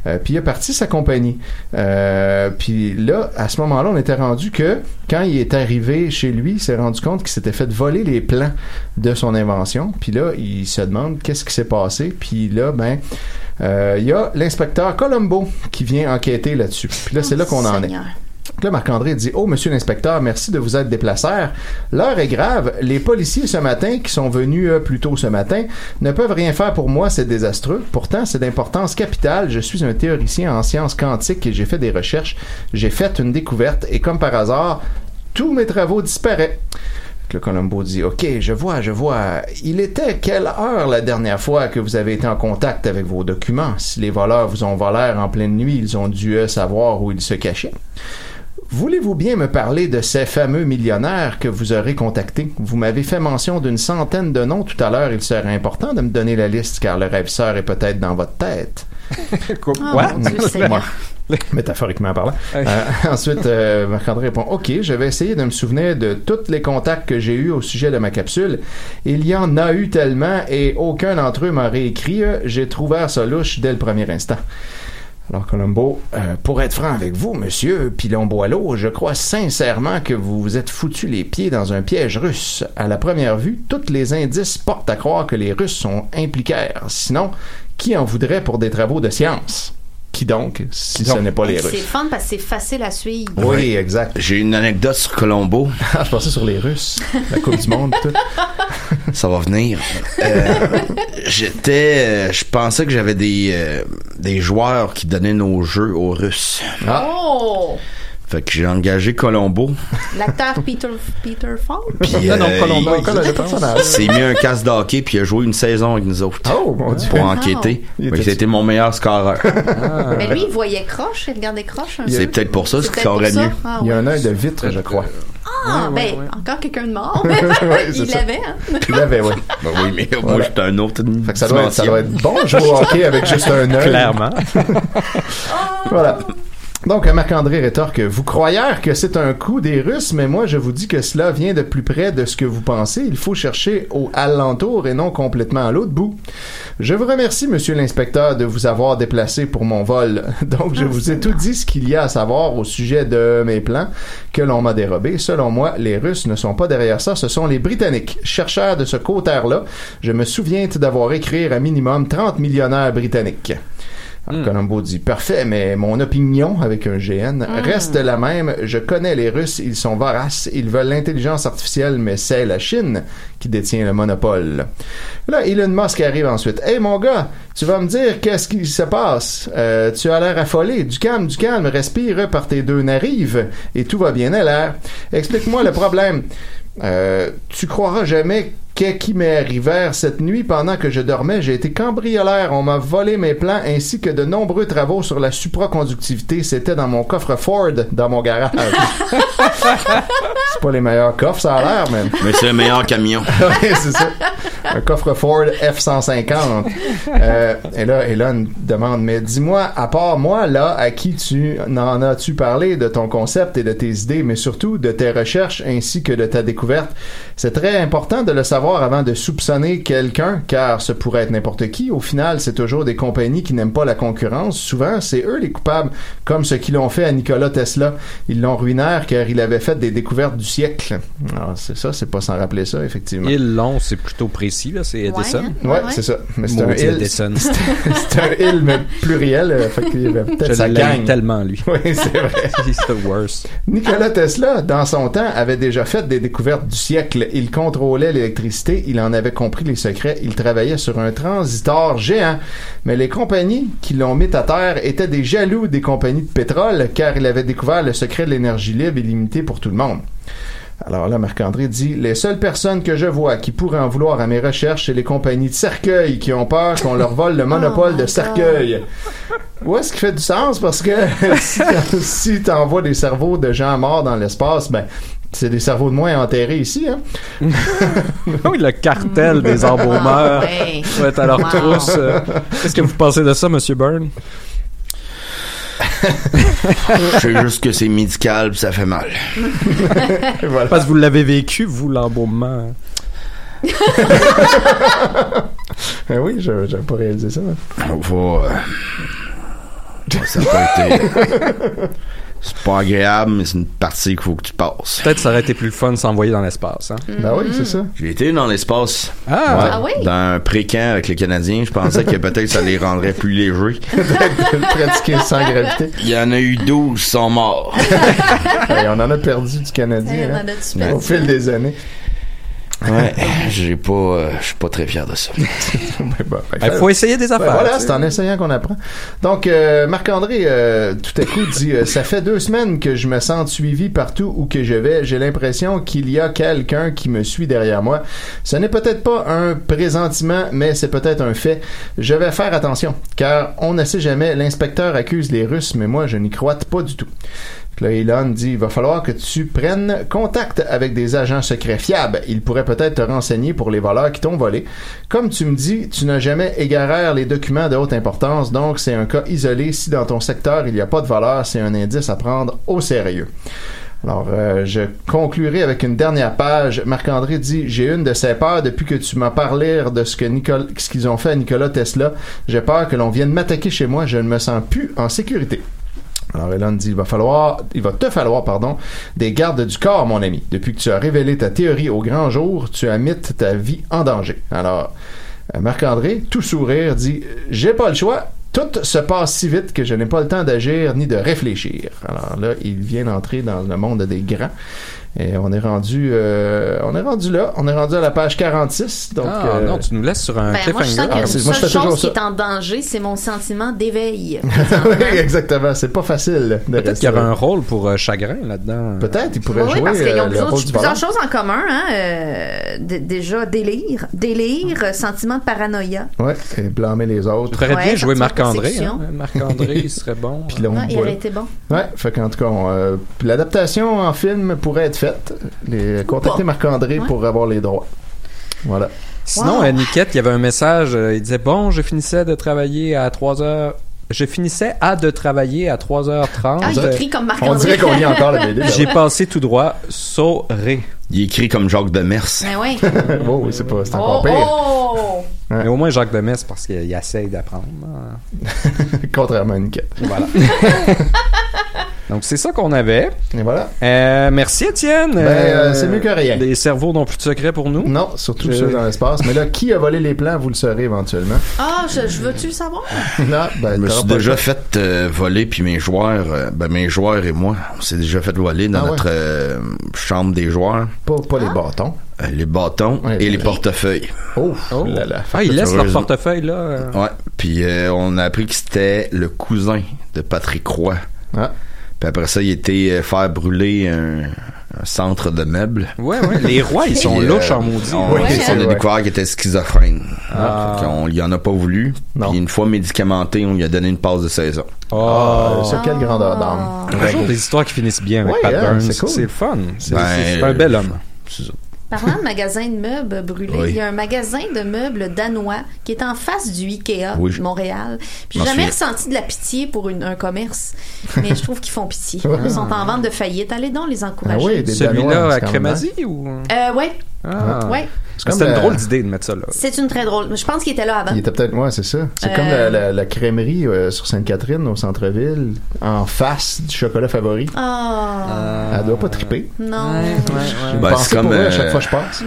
Speaker 2: Euh, puis il a parti sa compagnie. Euh, puis là, à ce moment-là, on était rendu que quand il est arrivé chez lui, il s'est rendu compte qu'il s'était fait voler les plans de son invention. Puis là, il se demande qu'est-ce qui s'est passé. Puis là, ben, euh, il y a l'inspecteur Colombo qui vient enquêter là-dessus. Puis là, c'est là qu'on en est.
Speaker 3: Oh, Seigneur.
Speaker 2: Donc là, Marc-André dit Oh, monsieur l'inspecteur, merci de vous être déplacé. L'heure est grave. Les policiers ce matin, qui sont venus euh, plus tôt ce matin, ne peuvent rien faire pour moi, c'est désastreux. Pourtant, c'est d'importance capitale. Je suis un théoricien en sciences quantiques et j'ai fait des recherches. J'ai fait une découverte et comme par hasard, tous mes travaux disparaissent. Fait que Le Colombo dit Ok, je vois, je vois. Il était quelle heure la dernière fois que vous avez été en contact avec vos documents Si les voleurs vous ont volé en pleine nuit, ils ont dû euh, savoir où ils se cachaient. Voulez-vous bien me parler de ces fameux millionnaires que vous aurez contactés? Vous m'avez fait mention d'une centaine de noms tout à l'heure. Il serait important de me donner la liste car le rêveur est peut-être dans votre tête.
Speaker 1: Quoi?
Speaker 3: Ah,
Speaker 1: What?
Speaker 3: mon Dieu Seigneur.
Speaker 2: Métaphoriquement parlant. Euh, ensuite, euh, Marc-André répond Ok, je vais essayer de me souvenir de tous les contacts que j'ai eus au sujet de ma capsule. Il y en a eu tellement et aucun d'entre eux m'a réécrit. Euh, J'ai trouvé ça louche dès le premier instant. Alors, Colombo, euh, pour être franc avec vous, monsieur Pilon Boileau, je crois sincèrement que vous vous êtes foutu les pieds dans un piège russe. À la première vue, tous les indices portent à croire que les Russes sont impliqués. Sinon, qui en voudrait pour des travaux de science Qui donc, si ce n'est pas les
Speaker 3: C'est
Speaker 2: Russes
Speaker 3: fun parce que c'est facile à suivre.
Speaker 2: Oui, exact.
Speaker 8: J'ai une anecdote sur Colombo.
Speaker 2: Ah, je pensais sur les Russes, la Coupe du Monde, tout.
Speaker 8: Ça va venir. Euh, J'étais, euh, je pensais que j'avais des euh, des joueurs qui donnaient nos jeux aux Russes.
Speaker 2: Ah,
Speaker 3: Oh!
Speaker 8: Fait que j'ai engagé Colombo.
Speaker 3: L'acteur Peter, Peter Falk?
Speaker 8: Puis
Speaker 2: non, non,
Speaker 8: euh,
Speaker 2: Colombo,
Speaker 8: il-
Speaker 2: Colombo, le personnage.
Speaker 8: il s'est mis un casse d'hockey puis il a joué une saison avec nous autres.
Speaker 2: Oh, mon Dieu.
Speaker 8: Pour enquêter.
Speaker 2: Il
Speaker 8: Fait que
Speaker 2: était-
Speaker 8: C'était mon meilleur scoreur. Ben
Speaker 3: Mais Ben, lui, il voyait croche, il regardait croche un
Speaker 8: C'est
Speaker 3: peu.
Speaker 8: peut-être pour ça, ce
Speaker 3: C'est
Speaker 8: qui
Speaker 3: peut-être
Speaker 8: aurait
Speaker 3: pour ça.
Speaker 8: mieux.
Speaker 3: Ah,
Speaker 2: Il y a
Speaker 3: ouais.
Speaker 2: un œil de vitre, je crois.
Speaker 3: Ah, ben, encore quelqu'un de mort.
Speaker 2: Ouais, c'est
Speaker 3: il
Speaker 2: ça.
Speaker 3: l'avait, hein?
Speaker 2: Tu l'avais, oui.
Speaker 8: Ben oui, mais moi,
Speaker 2: Voilà.
Speaker 8: j'étais un autre.
Speaker 2: Fait que ça doit, être, ça doit être bon de jouer au hockey avec juste un œil.
Speaker 1: Clairement.
Speaker 2: Voilà. Donc, euh, Marc-André rétorque Vous croyez que c'est un coup des Russes, mais moi, je vous dis que cela vient de plus près de ce que vous pensez. Il faut chercher au alentour et non complètement à l'autre bout. Je vous remercie, monsieur l'inspecteur, de vous avoir déplacé pour mon vol. Donc, je vous ai tout dit ce qu'il y a à savoir au sujet de mes plans que l'on m'a dérobé. Selon moi, les Russes ne sont pas derrière ça, ce sont les Britanniques, chercheurs de ce côté-là. Je me souviens d'avoir écrit à minimum 30 millionnaires britanniques. Alors, Colombo dit parfait, mais mon opinion avec un GN reste la même. Je connais les Russes, ils sont voraces, ils veulent l'intelligence artificielle, mais c'est la Chine qui détient le monopole. Là, Elon Musk arrive ensuite. Hey mon gars, tu vas me dire qu'est-ce qui se passe Euh, Tu as l'air affolé. Du calme, du calme. Respire par tes deux narives et tout va bien à l'air. Explique-moi le problème. Euh, tu croiras jamais qu'est qui m'est arrivé cette nuit pendant que je dormais. J'ai été cambriolaire. On m'a volé mes plans ainsi que de nombreux travaux sur la supraconductivité. C'était dans mon coffre Ford dans mon garage. C'est pas les meilleurs coffres, ça a l'air, mais.
Speaker 8: Mais c'est le meilleur camion.
Speaker 2: Ouais, c'est ça. Un coffre Ford F-150. Euh, et là, Elon demande, mais dis-moi, à part moi, là, à qui tu n'en as-tu parlé de ton concept et de tes idées, mais surtout de tes recherches ainsi que de ta découverte? C'est très important de le savoir avant de soupçonner quelqu'un, car ce pourrait être n'importe qui. Au final, c'est toujours des compagnies qui n'aiment pas la concurrence. Souvent, c'est eux les coupables, comme ce qu'ils l'ont fait à Nikola Tesla. Ils l'ont ruinaire car il avait fait des découvertes du siècle. Alors, c'est ça, c'est pas sans rappeler ça, effectivement.
Speaker 1: Il long, c'est plutôt précis, là, c'est
Speaker 3: Ouais,
Speaker 1: Edison.
Speaker 3: hein?
Speaker 2: Ouais, c'est ça. Mais c'est un
Speaker 1: Maudit
Speaker 2: il,
Speaker 1: Edison.
Speaker 2: c'est un il mais pluriel, euh, fait qu'il y avait peut-être
Speaker 1: Je
Speaker 2: sa
Speaker 1: l'aime
Speaker 2: gang.
Speaker 1: tellement, lui.
Speaker 2: Oui, c'est vrai.
Speaker 1: He's the worst.
Speaker 2: Nikola Tesla, dans son temps, avait déjà fait des découvertes du siècle. Il contrôlait l'électricité, il en avait compris les secrets, il travaillait sur un transistor géant. Mais les compagnies qui l'ont mis à terre étaient des jaloux des compagnies de pétrole, car il avait découvert le secret de l'énergie libre et limitée pour tout le monde. Alors là, Marc-André dit Les seules personnes que je vois qui pourraient en vouloir à mes recherches, c'est les compagnies de cercueil qui ont peur qu'on leur vole le monopole
Speaker 3: Oh my
Speaker 2: de
Speaker 3: God.
Speaker 2: cercueil. Ouais, ce qui fait du sens parce que si t'en- si t'envoies des cerveaux de gens morts dans l'espace, ben. C'est des cerveaux de moins enterrés ici, hein?
Speaker 1: Oui, le cartel des
Speaker 3: Ah,
Speaker 1: embaumeurs.
Speaker 3: ouais.
Speaker 1: Ouais, à leur
Speaker 3: Wow.
Speaker 1: trousse. euh. Qu'est-ce que vous pensez de ça, Monsieur Byrne?
Speaker 8: Je sais juste que c'est médical pis ça fait mal.
Speaker 2: Et Voilà.
Speaker 1: Parce que vous l'avez vécu, vous, l'embaumement.
Speaker 2: Eh oui, je- j'avais pas réalisé ça.
Speaker 8: On va, euh, ça n'a pas été,
Speaker 4: C'est pas agréable, mais c'est une partie qu'il faut que tu passes.
Speaker 1: Peut-être ça aurait été plus le fun de s'envoyer dans l'espace. Hein?
Speaker 3: Mm.
Speaker 2: Ben oui, c'est ça.
Speaker 4: J'ai été dans l'espace.
Speaker 1: Ah!
Speaker 3: Ah oui?
Speaker 4: Dans un pré-camp avec les Canadiens. Je pensais que peut-être ça les rendrait plus légers.
Speaker 3: Mm-hmm.
Speaker 2: Pratiquer sans gravité.
Speaker 4: Il y en a eu 12 qui sont morts.
Speaker 2: Et on en a perdu du
Speaker 3: Eh,
Speaker 2: Canadien
Speaker 3: on
Speaker 2: hein,
Speaker 3: en a du
Speaker 2: au
Speaker 3: perdu.
Speaker 2: fil des années.
Speaker 4: Ouais, j'ai pas, euh, je suis pas très fier de ça.
Speaker 2: Mais bon, ben,
Speaker 1: Il faut essayer des
Speaker 2: ben
Speaker 1: affaires.
Speaker 2: voilà,
Speaker 1: tu
Speaker 2: c'est
Speaker 1: sais.
Speaker 2: en essayant qu'on apprend. Donc, euh, Marc-André, euh, tout à coup, dit euh, Ça fait deux semaines que je me sens suivi partout où que je vais. J'ai l'impression qu'il y a quelqu'un qui me suit derrière moi. Ce n'est peut-être pas un présentiment, mais c'est peut-être un fait. Je vais faire attention, car on ne sait jamais. L'inspecteur accuse les Russes, mais moi, je n'y crois pas du tout. Puis Là, Elon dit, il va falloir que tu prennes contact avec des agents secrets fiables. Ils pourraient peut-être te renseigner pour les voleurs qui t'ont volé. Comme tu me dis, tu n'as jamais égaré les documents de haute importance, donc c'est un cas isolé. Si dans ton secteur il n'y a pas de valeur, c'est un indice à prendre au sérieux. Alors, euh, je conclurai avec une dernière page. Marc-André dit J'ai une de ces peurs depuis que tu m'as parlé de ce que Nicol- ce qu'ils ont fait à Nikola Tesla. J'ai peur que l'on vienne m'attaquer chez moi. Je ne me sens plus en sécurité. Alors Elon dit, il va falloir, il va te falloir, pardon, des gardes du corps, mon ami. Depuis que tu as révélé ta théorie au grand jour, tu as mis ta vie en danger. Alors, euh, Marc-André, tout sourire, dit, j'ai pas le choix. Tout se passe si vite que je n'ai pas le temps d'agir ni de réfléchir. Alors là, il vient d'entrer dans le monde des grands. Et on est rendu, euh, on est rendu là. On est rendu à la page 46. Donc,
Speaker 1: Ah,
Speaker 2: euh,
Speaker 1: non, tu nous laisses sur un
Speaker 3: Ben, moi, je
Speaker 1: cliffhanger.
Speaker 3: sens que
Speaker 2: Ah,
Speaker 3: la
Speaker 2: c'est-
Speaker 3: seule
Speaker 2: moi, je fais toujours
Speaker 3: chose qui
Speaker 2: ça.
Speaker 3: est en danger, c'est mon sentiment d'éveil.
Speaker 2: oui, exactement. C'est pas facile. de
Speaker 1: Peut-être
Speaker 2: rester
Speaker 1: qu'il y aura
Speaker 2: là.
Speaker 1: un rôle pour euh, Chagrin là-dedans.
Speaker 2: Peut-être, il pourrait
Speaker 3: Oui,
Speaker 2: jouer
Speaker 3: parce qu'ils
Speaker 2: euh,
Speaker 3: ont
Speaker 2: le
Speaker 3: plusieurs,
Speaker 2: rôle du ballon.
Speaker 3: plusieurs choses en commun. Hein? euh, d- déjà, délire, délire, euh, sentiment de paranoïa.
Speaker 2: Ouais, et blâmer les autres.
Speaker 1: Tu pourrais
Speaker 3: Ouais,
Speaker 1: bien jouer
Speaker 3: partir en
Speaker 1: Marc-André.
Speaker 3: persécution.
Speaker 1: hein. Marc-André, il serait bon. hein.
Speaker 2: Puis là, on
Speaker 3: Ouais, Ah, il
Speaker 2: voit-
Speaker 3: aurait été bon.
Speaker 2: Oh, Ouais, fait qu'en tout cas, on, euh, puis l'adaptation en film pourrait être faite. Les, contactez Marc-André
Speaker 3: Ouais.
Speaker 2: pour avoir les droits. Voilà.
Speaker 1: Sinon,
Speaker 3: Wow.
Speaker 1: à Niquette, il y avait un message. euh, il disait Bon, je finissais de travailler à 3 heures. Je finissais à de travailler à 3h30.
Speaker 3: Ah, il écrit comme
Speaker 2: On
Speaker 3: Marc-André.
Speaker 2: dirait qu'on lit encore la BD.
Speaker 1: J'ai passé tout droit, sauré.
Speaker 4: Il écrit comme Jacques Demers.
Speaker 3: Ben oui.
Speaker 2: ben. Oh, c'est pas, c'est
Speaker 3: Oh,
Speaker 2: encore pire.
Speaker 3: oh!
Speaker 1: Mais au moins Jacques Demers, parce qu'il essaye d'apprendre. hein.
Speaker 3: oh.
Speaker 2: Contrairement à une quête.
Speaker 1: Voilà. Donc, c'est ça qu'on avait.
Speaker 2: Et voilà.
Speaker 1: Euh, merci, Étienne.
Speaker 2: euh, c'est mieux que rien.
Speaker 1: Les cerveaux n'ont plus de secret pour nous.
Speaker 2: Non, surtout
Speaker 1: Je-
Speaker 2: ceux dans l'espace. Mais là, qui a volé les plans, vous le saurez éventuellement.
Speaker 3: Ah, je, je veux-tu le savoir?
Speaker 2: Non, ben,
Speaker 4: Je me
Speaker 2: t'auras
Speaker 4: suis
Speaker 2: pas
Speaker 4: déjà
Speaker 2: le choix.
Speaker 4: fait euh, voler, puis mes joueurs, euh, ben mes joueurs et moi, on s'est déjà fait voler dans
Speaker 2: Ah ouais.
Speaker 4: notre euh, chambre des joueurs,
Speaker 2: Pas, pas
Speaker 3: Ah.
Speaker 2: les bâtons.
Speaker 4: euh, les bâtons
Speaker 2: Ouais,
Speaker 4: et les
Speaker 2: ouais.
Speaker 4: portefeuilles.
Speaker 2: Oh, là là.
Speaker 1: Ah, ils laissent leur
Speaker 4: heureusement.
Speaker 1: portefeuille, là. euh.
Speaker 4: Ouais. Puis euh, on a appris que c'était le cousin de Patrick Roy.
Speaker 2: Ah.
Speaker 4: Puis après ça, il était euh, faire brûler un, un centre de meubles.
Speaker 2: Oh.
Speaker 1: Ouais, ouais. Les rois, ils sont
Speaker 4: Puis,
Speaker 1: louches
Speaker 4: euh,
Speaker 1: en maudit. Ah.
Speaker 4: On,
Speaker 2: Oui,
Speaker 4: on
Speaker 2: c'est
Speaker 4: a
Speaker 2: vrai.
Speaker 4: découvert qu'il était schizophrène. Fait qu'on lui en a pas voulu.
Speaker 2: Non.
Speaker 4: Puis une fois médicamenté, on lui a donné une pause de saison.
Speaker 2: Euh,
Speaker 1: Oh.
Speaker 2: sur quelle
Speaker 3: Ah.
Speaker 2: grandeur d'âme.
Speaker 1: Toujours des histoires qui finissent bien avec
Speaker 2: Ouais,
Speaker 1: Pat
Speaker 2: hein,
Speaker 1: Burns.
Speaker 2: c'est cool.
Speaker 1: le fun. C'est
Speaker 4: Ben,
Speaker 1: c'est un bel homme.
Speaker 4: C'est ça.
Speaker 3: Parlant de magasin de meubles brûlés,
Speaker 4: Oui.
Speaker 3: il y a un magasin de meubles danois qui est en face du Ikea
Speaker 4: Oui, je-
Speaker 3: de Montréal. Puis J'ai
Speaker 4: M'en
Speaker 3: jamais
Speaker 4: souviens.
Speaker 3: ressenti de la pitié pour une- un commerce, mais je trouve qu'ils font pitié. Ils sont en vente de faillite. Allez donc les
Speaker 2: Ah
Speaker 3: encourager.
Speaker 2: oui, des Danois,
Speaker 1: Celui-là
Speaker 2: c'est
Speaker 1: à
Speaker 2: quand même hein.
Speaker 1: Crémazie ou.
Speaker 3: Euh, ouais,
Speaker 1: Ah.
Speaker 3: ouais.
Speaker 2: comme euh,
Speaker 1: C'était une
Speaker 2: la-
Speaker 1: drôle d'idée de mettre ça là.
Speaker 3: C'est une très drôle. Je pense qu'il était là avant.
Speaker 2: Il était peut-être, ouais, c'est ça. C'est
Speaker 3: Hein? Euh,
Speaker 2: comme la, la- la crèmerie euh, sur Sainte-Catherine, au centre-ville, en face du chocolat favori.
Speaker 3: Ah,
Speaker 2: Elle doit pas triper.
Speaker 3: non.
Speaker 2: J'ai
Speaker 1: Bah,
Speaker 2: une
Speaker 4: Ben,
Speaker 2: pensée
Speaker 4: c'est comme,
Speaker 2: pour elle à
Speaker 4: euh,
Speaker 2: chaque fois que je passe.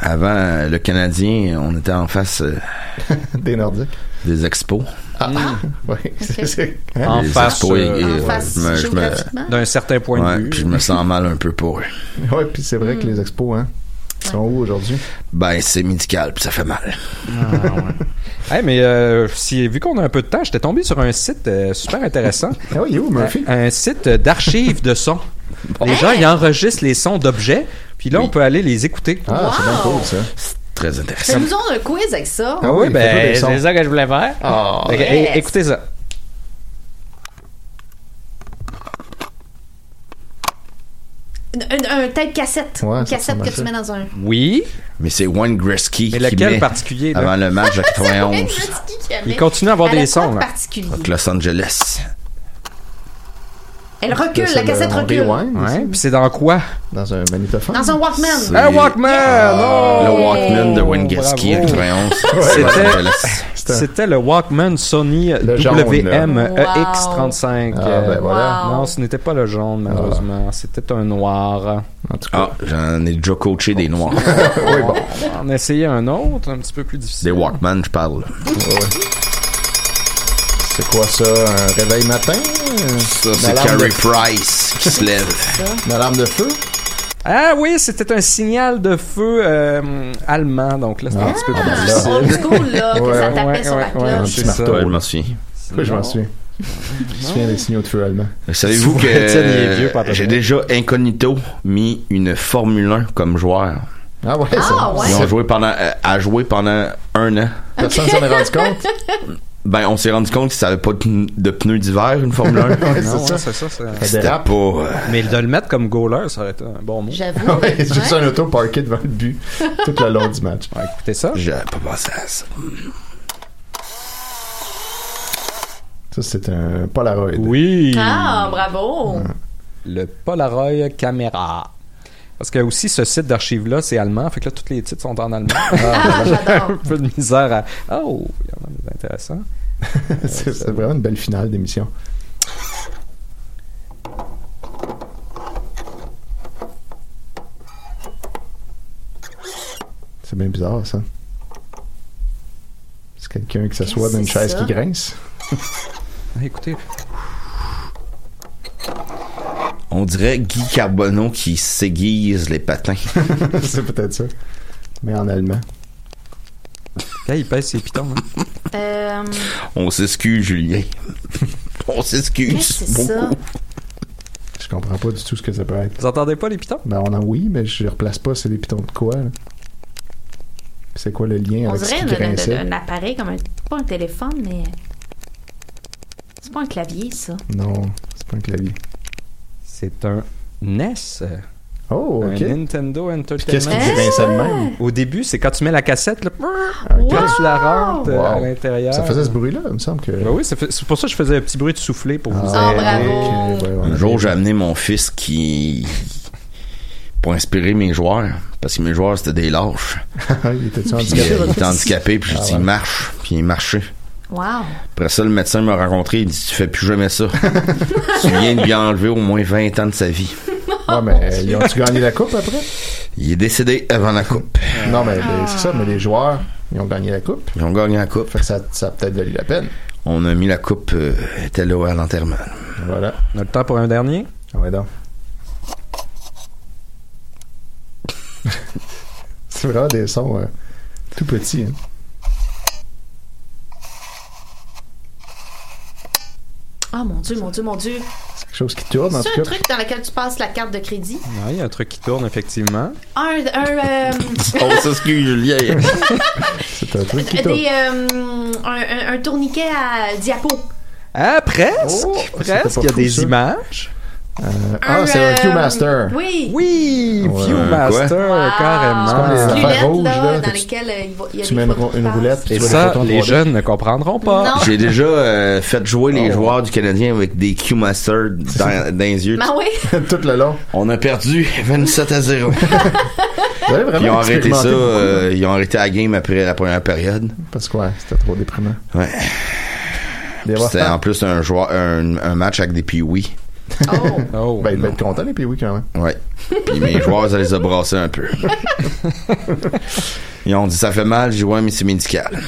Speaker 4: Avant, euh, le Canadien, on était en face euh,
Speaker 2: Des Nordiques.
Speaker 4: des expos.
Speaker 2: Ah,
Speaker 3: Mm.
Speaker 2: ouais. c'est- c'est- hein?
Speaker 1: En
Speaker 4: Les
Speaker 1: face.
Speaker 4: expos,
Speaker 1: euh,
Speaker 4: ils-
Speaker 3: En
Speaker 4: Et,
Speaker 3: face,
Speaker 4: ouais, je me- je me-
Speaker 3: géographiquement.
Speaker 1: D'un certain point
Speaker 4: Ouais,
Speaker 1: de vue.
Speaker 4: puis je me sens mal un peu pour eux.
Speaker 2: Ouais, puis c'est
Speaker 3: Mm.
Speaker 2: vrai que les expos, hein, sont où aujourd'hui?
Speaker 4: Ben, c'est médical, puis ça fait mal.
Speaker 1: Hey, mais euh, si, vu qu'on a un peu de temps, j'étais tombé sur un site euh, super intéressant.
Speaker 2: Ah oui, il est où, Murphy?
Speaker 1: un site euh, d'archives de sons. Les gens, ils enregistrent les sons d'objets, puis là, on peut aller les écouter.
Speaker 4: euh,
Speaker 2: Ah, c'est bien
Speaker 3: Wow!
Speaker 2: cool, ça.
Speaker 4: Très intéressant.
Speaker 3: Faisons un quiz avec ça.
Speaker 2: Ah oui, ben, c'est
Speaker 1: ça que je voulais faire.
Speaker 2: Ah,
Speaker 1: Fait que,
Speaker 3: yes.
Speaker 1: é- Écoutez ça.
Speaker 3: Un, un- un tape cassette.
Speaker 2: Ouais,
Speaker 3: Une
Speaker 2: ça
Speaker 3: cassette
Speaker 2: ressemble à
Speaker 3: que tu
Speaker 2: ça.
Speaker 3: mets dans un.
Speaker 1: Oui,
Speaker 4: Mais c'est Wayne Gretzky
Speaker 1: mais
Speaker 4: qui met
Speaker 1: lequel particulier? là?
Speaker 4: avant le match à
Speaker 3: Une
Speaker 4: 91
Speaker 3: petite qui
Speaker 1: Il
Speaker 3: avait-
Speaker 1: continue à avoir
Speaker 3: Elle a
Speaker 1: des
Speaker 3: quoi
Speaker 1: sons.
Speaker 3: de
Speaker 1: Là.
Speaker 3: particulier.
Speaker 4: contre Los Angeles.
Speaker 3: Elle recule,
Speaker 2: J'essaie
Speaker 3: la
Speaker 2: de-
Speaker 3: cassette
Speaker 2: on
Speaker 3: recule.
Speaker 2: rewind aussi,
Speaker 1: Ouais, puis c'est dans quoi?
Speaker 2: Dans un magnétophone.
Speaker 3: Dans un Walkman.
Speaker 4: C'est-
Speaker 1: Un Walkman!
Speaker 2: Ah,
Speaker 4: Le
Speaker 1: oh!
Speaker 4: Walkman de Wayne
Speaker 1: Bravo.
Speaker 4: Gretzky en 91.
Speaker 1: C'était-
Speaker 2: C'est un-
Speaker 1: C'était le Walkman Sony
Speaker 2: Le jaune, là.
Speaker 1: WM-EX35.
Speaker 2: Ah, ben voilà. Ah.
Speaker 3: Wow.
Speaker 1: Non, ce n'était pas le jaune, malheureusement. C'était un noir.
Speaker 2: En tout cas.
Speaker 4: Ah, j'en ai déjà coaché des noirs.
Speaker 2: oui, bon.
Speaker 1: On a essayé un autre, un petit peu plus
Speaker 4: Des
Speaker 1: difficile.
Speaker 4: Walkman, je parle.
Speaker 2: C'est quoi ça? Un réveil matin?
Speaker 4: Ça, c'est
Speaker 2: Madame
Speaker 4: Carrie
Speaker 2: de-
Speaker 4: Price qui se lève.
Speaker 2: Une alarme de feu?
Speaker 1: Ah oui, c'était un signal de feu euh, allemand, donc là, c'était un petit peu plus
Speaker 2: ben
Speaker 1: difficile.
Speaker 3: Ah, Old school, là, que
Speaker 2: Ouais,
Speaker 3: ça tapait
Speaker 1: ouais,
Speaker 3: sur la
Speaker 1: ouais,
Speaker 3: cloche.
Speaker 1: ouais. C'est
Speaker 2: Un petit
Speaker 1: ça.
Speaker 4: Toi,
Speaker 2: marteau.
Speaker 4: je m'en souviens.
Speaker 2: Pourquoi je m'en suis? Je me souviens des signaux de feu allemands.
Speaker 4: Savez-vous que
Speaker 1: Étienne, il est vieux, pas
Speaker 4: euh,
Speaker 1: à peu
Speaker 4: j'ai
Speaker 1: près.
Speaker 4: déjà incognito mis une Formule 1 comme joueur.
Speaker 2: Ah ouais, ça,
Speaker 3: Ah ouais.
Speaker 4: Ils ont joué pendant, euh, à jouer pendant un an.
Speaker 2: personne s'en est rendu compte.
Speaker 4: Ben, on s'est rendu compte que ça n'avait pas de pn- de pneus d'hiver, une Formule 1.
Speaker 1: Non,
Speaker 2: Ouais, c'est
Speaker 1: ouais,
Speaker 2: ça.
Speaker 1: c'est ça, c'est-
Speaker 2: Ça
Speaker 4: C'était pas...
Speaker 2: dérape.
Speaker 4: euh,
Speaker 1: Mais de le mettre comme goaler, ça aurait été un bon mot.
Speaker 3: J'avoue.
Speaker 2: Ah Ouais, c'est juste
Speaker 3: Ouais.
Speaker 2: un auto parké devant le but tout le long du match.
Speaker 1: Écoutez ça.
Speaker 4: J'avais pas pensé à ça.
Speaker 2: Ça, c'est un Polaroid.
Speaker 1: Oui.
Speaker 3: Ah, bravo.
Speaker 1: Le Polaroid Camera. Parce que aussi, ce site d'archives-là, c'est allemand. Fait que là, tous les titres sont en allemand.
Speaker 3: Ah, j'adore.
Speaker 1: un peu de misère à. Oh, il y en a des intéressants.
Speaker 2: c'est c'est vraiment une belle finale d'émission. C'est bien bizarre, ça. C'est quelqu'un qui s'assoit dans une
Speaker 3: C'est
Speaker 2: chaise
Speaker 3: ça.
Speaker 2: qui grince.
Speaker 1: Ah, Écoutez,
Speaker 4: On dirait Guy Carbonneau qui s'aiguise les patins.
Speaker 2: c'est peut-être ça. Mais en allemand.
Speaker 1: là, il pèse ses pitons. hein.
Speaker 3: Euh,
Speaker 4: On s'excuse, Julien. On s'excuse.
Speaker 3: Qu'est-ce que c'est ça?
Speaker 4: beaucoup.
Speaker 2: Je comprends pas du tout ce que ça peut être.
Speaker 1: Vous entendez pas les pitons?
Speaker 2: Ben, on en oui, mais je replace pas. C'est les pitons de quoi, là? C'est quoi le lien
Speaker 3: on
Speaker 2: avec
Speaker 3: dirait
Speaker 2: ce
Speaker 3: un,
Speaker 2: qui
Speaker 3: un-
Speaker 2: grinçait?
Speaker 3: un appareil comme un. Pas un téléphone, mais. C'est pas un clavier, ça.
Speaker 2: Non, c'est pas un clavier.
Speaker 1: C'est un NES,
Speaker 2: Oh, ok.
Speaker 1: un Nintendo
Speaker 2: Puis qu'est-ce qui
Speaker 1: Entertainment.
Speaker 2: grinçait de même?
Speaker 1: Au début, c'est quand tu mets la cassette, là,
Speaker 2: Ah, Ok.
Speaker 1: quand tu la rentres euh, à
Speaker 2: Wow.
Speaker 1: l'intérieur.
Speaker 2: Ça faisait ce bruit-là, il me semble que.
Speaker 1: Ben oui, ça fait- c'est pour ça que je faisais un petit bruit de souffler pour vous
Speaker 3: Ah,
Speaker 1: aider.
Speaker 3: bravo.
Speaker 2: ok, ouais, ouais.
Speaker 4: Un jour, j'ai amené mon fils qui. pour inspirer mes joueurs. Parce que mes joueurs, c'était des lâches.
Speaker 2: il était
Speaker 4: Puis
Speaker 2: handicapé.
Speaker 4: euh, il
Speaker 2: votre
Speaker 4: était
Speaker 2: fils?
Speaker 4: handicapé, puis je dis,
Speaker 2: ouais.
Speaker 4: marche. Puis il marchait.
Speaker 3: Wow.
Speaker 4: Après ça, le médecin m'a rencontré, il dit, tu fais plus jamais ça. tu viens de lui enlever au moins 20 ans de sa vie.
Speaker 2: Ouais, mais ils ont-tu gagné la coupe après?
Speaker 4: Il est décédé avant la coupe.
Speaker 2: Non, mais les- c'est ça, mais les joueurs, ils ont gagné la coupe.
Speaker 4: Ils ont gagné la coupe.
Speaker 2: Fait que ça, ça a peut-être valu la peine.
Speaker 4: On a mis la coupe, euh, elle était là à l'enterrement.
Speaker 2: Voilà.
Speaker 1: On a le temps pour un dernier.
Speaker 2: Ah ouais, donc. c'est vraiment des sons euh, tout petits. hein.
Speaker 3: Ah, mon Dieu, mon Dieu, mon Dieu.
Speaker 2: C'est quelque chose qui tourne, en tout
Speaker 3: C'est
Speaker 2: cas.
Speaker 3: un truc dans lequel tu passes la carte de crédit.
Speaker 1: Ouais, il y a un truc qui tourne, effectivement.
Speaker 3: Un. un euh,
Speaker 4: On s'excuse, Julien.
Speaker 2: C'est un truc qui tourne.
Speaker 3: des, euh, un, un- un tourniquet à diapo.
Speaker 1: Ah, presque!
Speaker 2: Oh, c'était
Speaker 1: presque,
Speaker 2: pas
Speaker 1: il y a
Speaker 2: fou,
Speaker 1: des
Speaker 2: ça.
Speaker 1: images.
Speaker 2: Euh, ah, c'est un
Speaker 3: euh,
Speaker 2: Q-Master.
Speaker 3: Oui.
Speaker 1: Oui,
Speaker 2: Ouais.
Speaker 1: Viewmaster,
Speaker 3: Wow.
Speaker 2: C'est comme
Speaker 1: carrément.
Speaker 2: les
Speaker 3: Ces
Speaker 2: affaires
Speaker 3: lunettes,
Speaker 2: rouges,
Speaker 3: Ah!
Speaker 2: là,
Speaker 3: là, dans
Speaker 2: que tu-
Speaker 3: lesquelles euh, il va- il y a
Speaker 2: tu
Speaker 3: des
Speaker 2: mets une,
Speaker 3: photos
Speaker 2: rou- une
Speaker 3: qui
Speaker 2: roulette,
Speaker 3: passent.
Speaker 2: puis
Speaker 1: Et
Speaker 2: tu vois les
Speaker 1: ça,
Speaker 2: photos en
Speaker 1: les
Speaker 2: 3D.
Speaker 1: jeunes ne comprendront pas.
Speaker 3: Non.
Speaker 4: J'ai déjà euh, fait jouer les
Speaker 2: Oh.
Speaker 4: joueurs du Canadien avec des Q-Masters dans, dans les yeux.
Speaker 3: Ben oui.
Speaker 2: tout le long.
Speaker 4: On a perdu 27 à 0.
Speaker 2: Vous avez vraiment
Speaker 4: ils ont arrêté ça,
Speaker 2: expérimenté beaucoup,
Speaker 4: euh, ils ont arrêté la game après la première période.
Speaker 2: Parce que ouais, c'était trop déprimant.
Speaker 4: Ouais.
Speaker 2: Les
Speaker 4: Puis C'était
Speaker 2: Rough
Speaker 4: en plus un, joueur, un, un match avec des pee
Speaker 3: Oh.
Speaker 1: Oh,
Speaker 2: Ben, il devait
Speaker 1: non.
Speaker 2: être content, les Pee-Wee, quand même.
Speaker 4: Ouais. Puis mes joueurs, ça les a brassés un peu. Ils ont dit ça fait mal, j'ai dit ouais, mais c'est médical.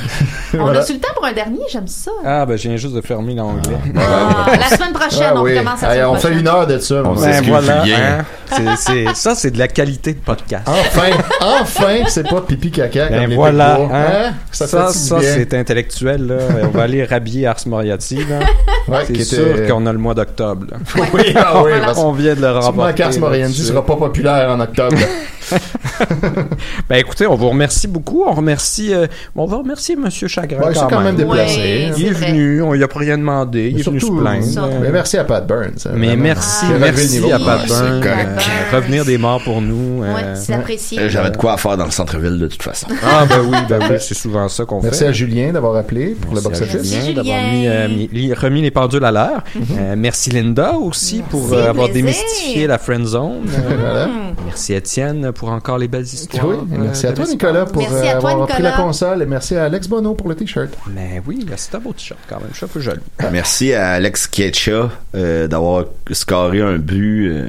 Speaker 3: On
Speaker 2: Voilà.
Speaker 3: a su le temps pour un dernier, j'aime ça.
Speaker 1: Ah, ben, je viens juste de fermer l'anglais.
Speaker 3: Ah, la semaine prochaine, on commence à
Speaker 2: Hey,
Speaker 3: la
Speaker 2: on fait
Speaker 3: semaine
Speaker 2: une heure de ça.
Speaker 4: On
Speaker 2: moi.
Speaker 4: s'est-
Speaker 1: Ben,
Speaker 4: s'excuse,
Speaker 1: voilà,
Speaker 4: Julien.
Speaker 1: hein. C'est- c'est- ça, c'est de la qualité de podcast.
Speaker 2: Enfin, enfin, c'est pas pipi caca comme
Speaker 1: Ben
Speaker 2: les
Speaker 1: voilà,
Speaker 2: Pee-Wee.
Speaker 1: hein.
Speaker 2: Ça,
Speaker 1: Ça,
Speaker 2: fait
Speaker 1: ça,
Speaker 2: du bien.
Speaker 1: c'est intellectuel, là. On va aller rhabiller Ars Moriarty, là.
Speaker 2: Ouais,
Speaker 1: C'est
Speaker 2: qui était-
Speaker 1: sûr qu'on a le mois d'octobre, là.
Speaker 2: oui, ah oui,
Speaker 3: Voilà.
Speaker 2: parce que
Speaker 1: On vient de le
Speaker 2: sûrement
Speaker 1: remporter.
Speaker 2: qu'Ars Moriendi
Speaker 1: là-dessus.
Speaker 2: sera pas populaire en octobre.
Speaker 1: Ben écoutez, on vous remercie beaucoup. On remercie, euh, on va remercier Monsieur Chagrin
Speaker 2: Ouais, c'est
Speaker 1: quand,
Speaker 2: quand même
Speaker 3: Ouais,
Speaker 2: déplacé. euh,
Speaker 1: Il est
Speaker 3: c'est vrai.
Speaker 1: venu, on lui a pas rien demandé, il est venu se plaindre.
Speaker 2: mais merci à Pat Burns. hein,
Speaker 1: Mais
Speaker 2: vraiment.
Speaker 1: merci,
Speaker 2: Il a relevé le
Speaker 1: merci
Speaker 2: niveau.
Speaker 1: à Pat Burns,
Speaker 3: Oui,
Speaker 8: c'est
Speaker 1: euh,
Speaker 3: correct.
Speaker 1: revenir des morts pour nous. euh,
Speaker 3: Ouais, c'est apprécié.
Speaker 8: J'avais
Speaker 2: euh,
Speaker 8: de quoi à faire dans le centre-ville de toute façon.
Speaker 1: Ah ben oui, ben oui, c'est souvent ça qu'on fait.
Speaker 2: Merci à Julien d'avoir appelé pour le box
Speaker 1: Merci à
Speaker 2: office.
Speaker 3: Merci,
Speaker 1: Julien d'avoir
Speaker 3: Julien.
Speaker 1: mis, euh, mis- li- remis les pendules à l'heure.
Speaker 2: Mm-hmm.
Speaker 1: Euh, merci Linda aussi pour euh,
Speaker 3: plaisir.
Speaker 1: avoir démystifié la friend zone. Euh,
Speaker 2: Voilà.
Speaker 1: merci Étienne pour encore les belles histoires.
Speaker 2: Oui, et merci
Speaker 1: euh,
Speaker 2: à
Speaker 1: de
Speaker 2: toi,
Speaker 1: l'espace.
Speaker 2: Nicolas, pour
Speaker 3: Merci à
Speaker 2: euh,
Speaker 3: toi,
Speaker 2: avoir pris la
Speaker 3: Nicolas.
Speaker 2: console et merci à Alex Bono pour le T-shirt.
Speaker 1: Mais oui, ben, c'est un beau t-shirt quand même, je suis un peu jaloux.
Speaker 8: Merci à Alex Ketcha euh, d'avoir scoré un but euh,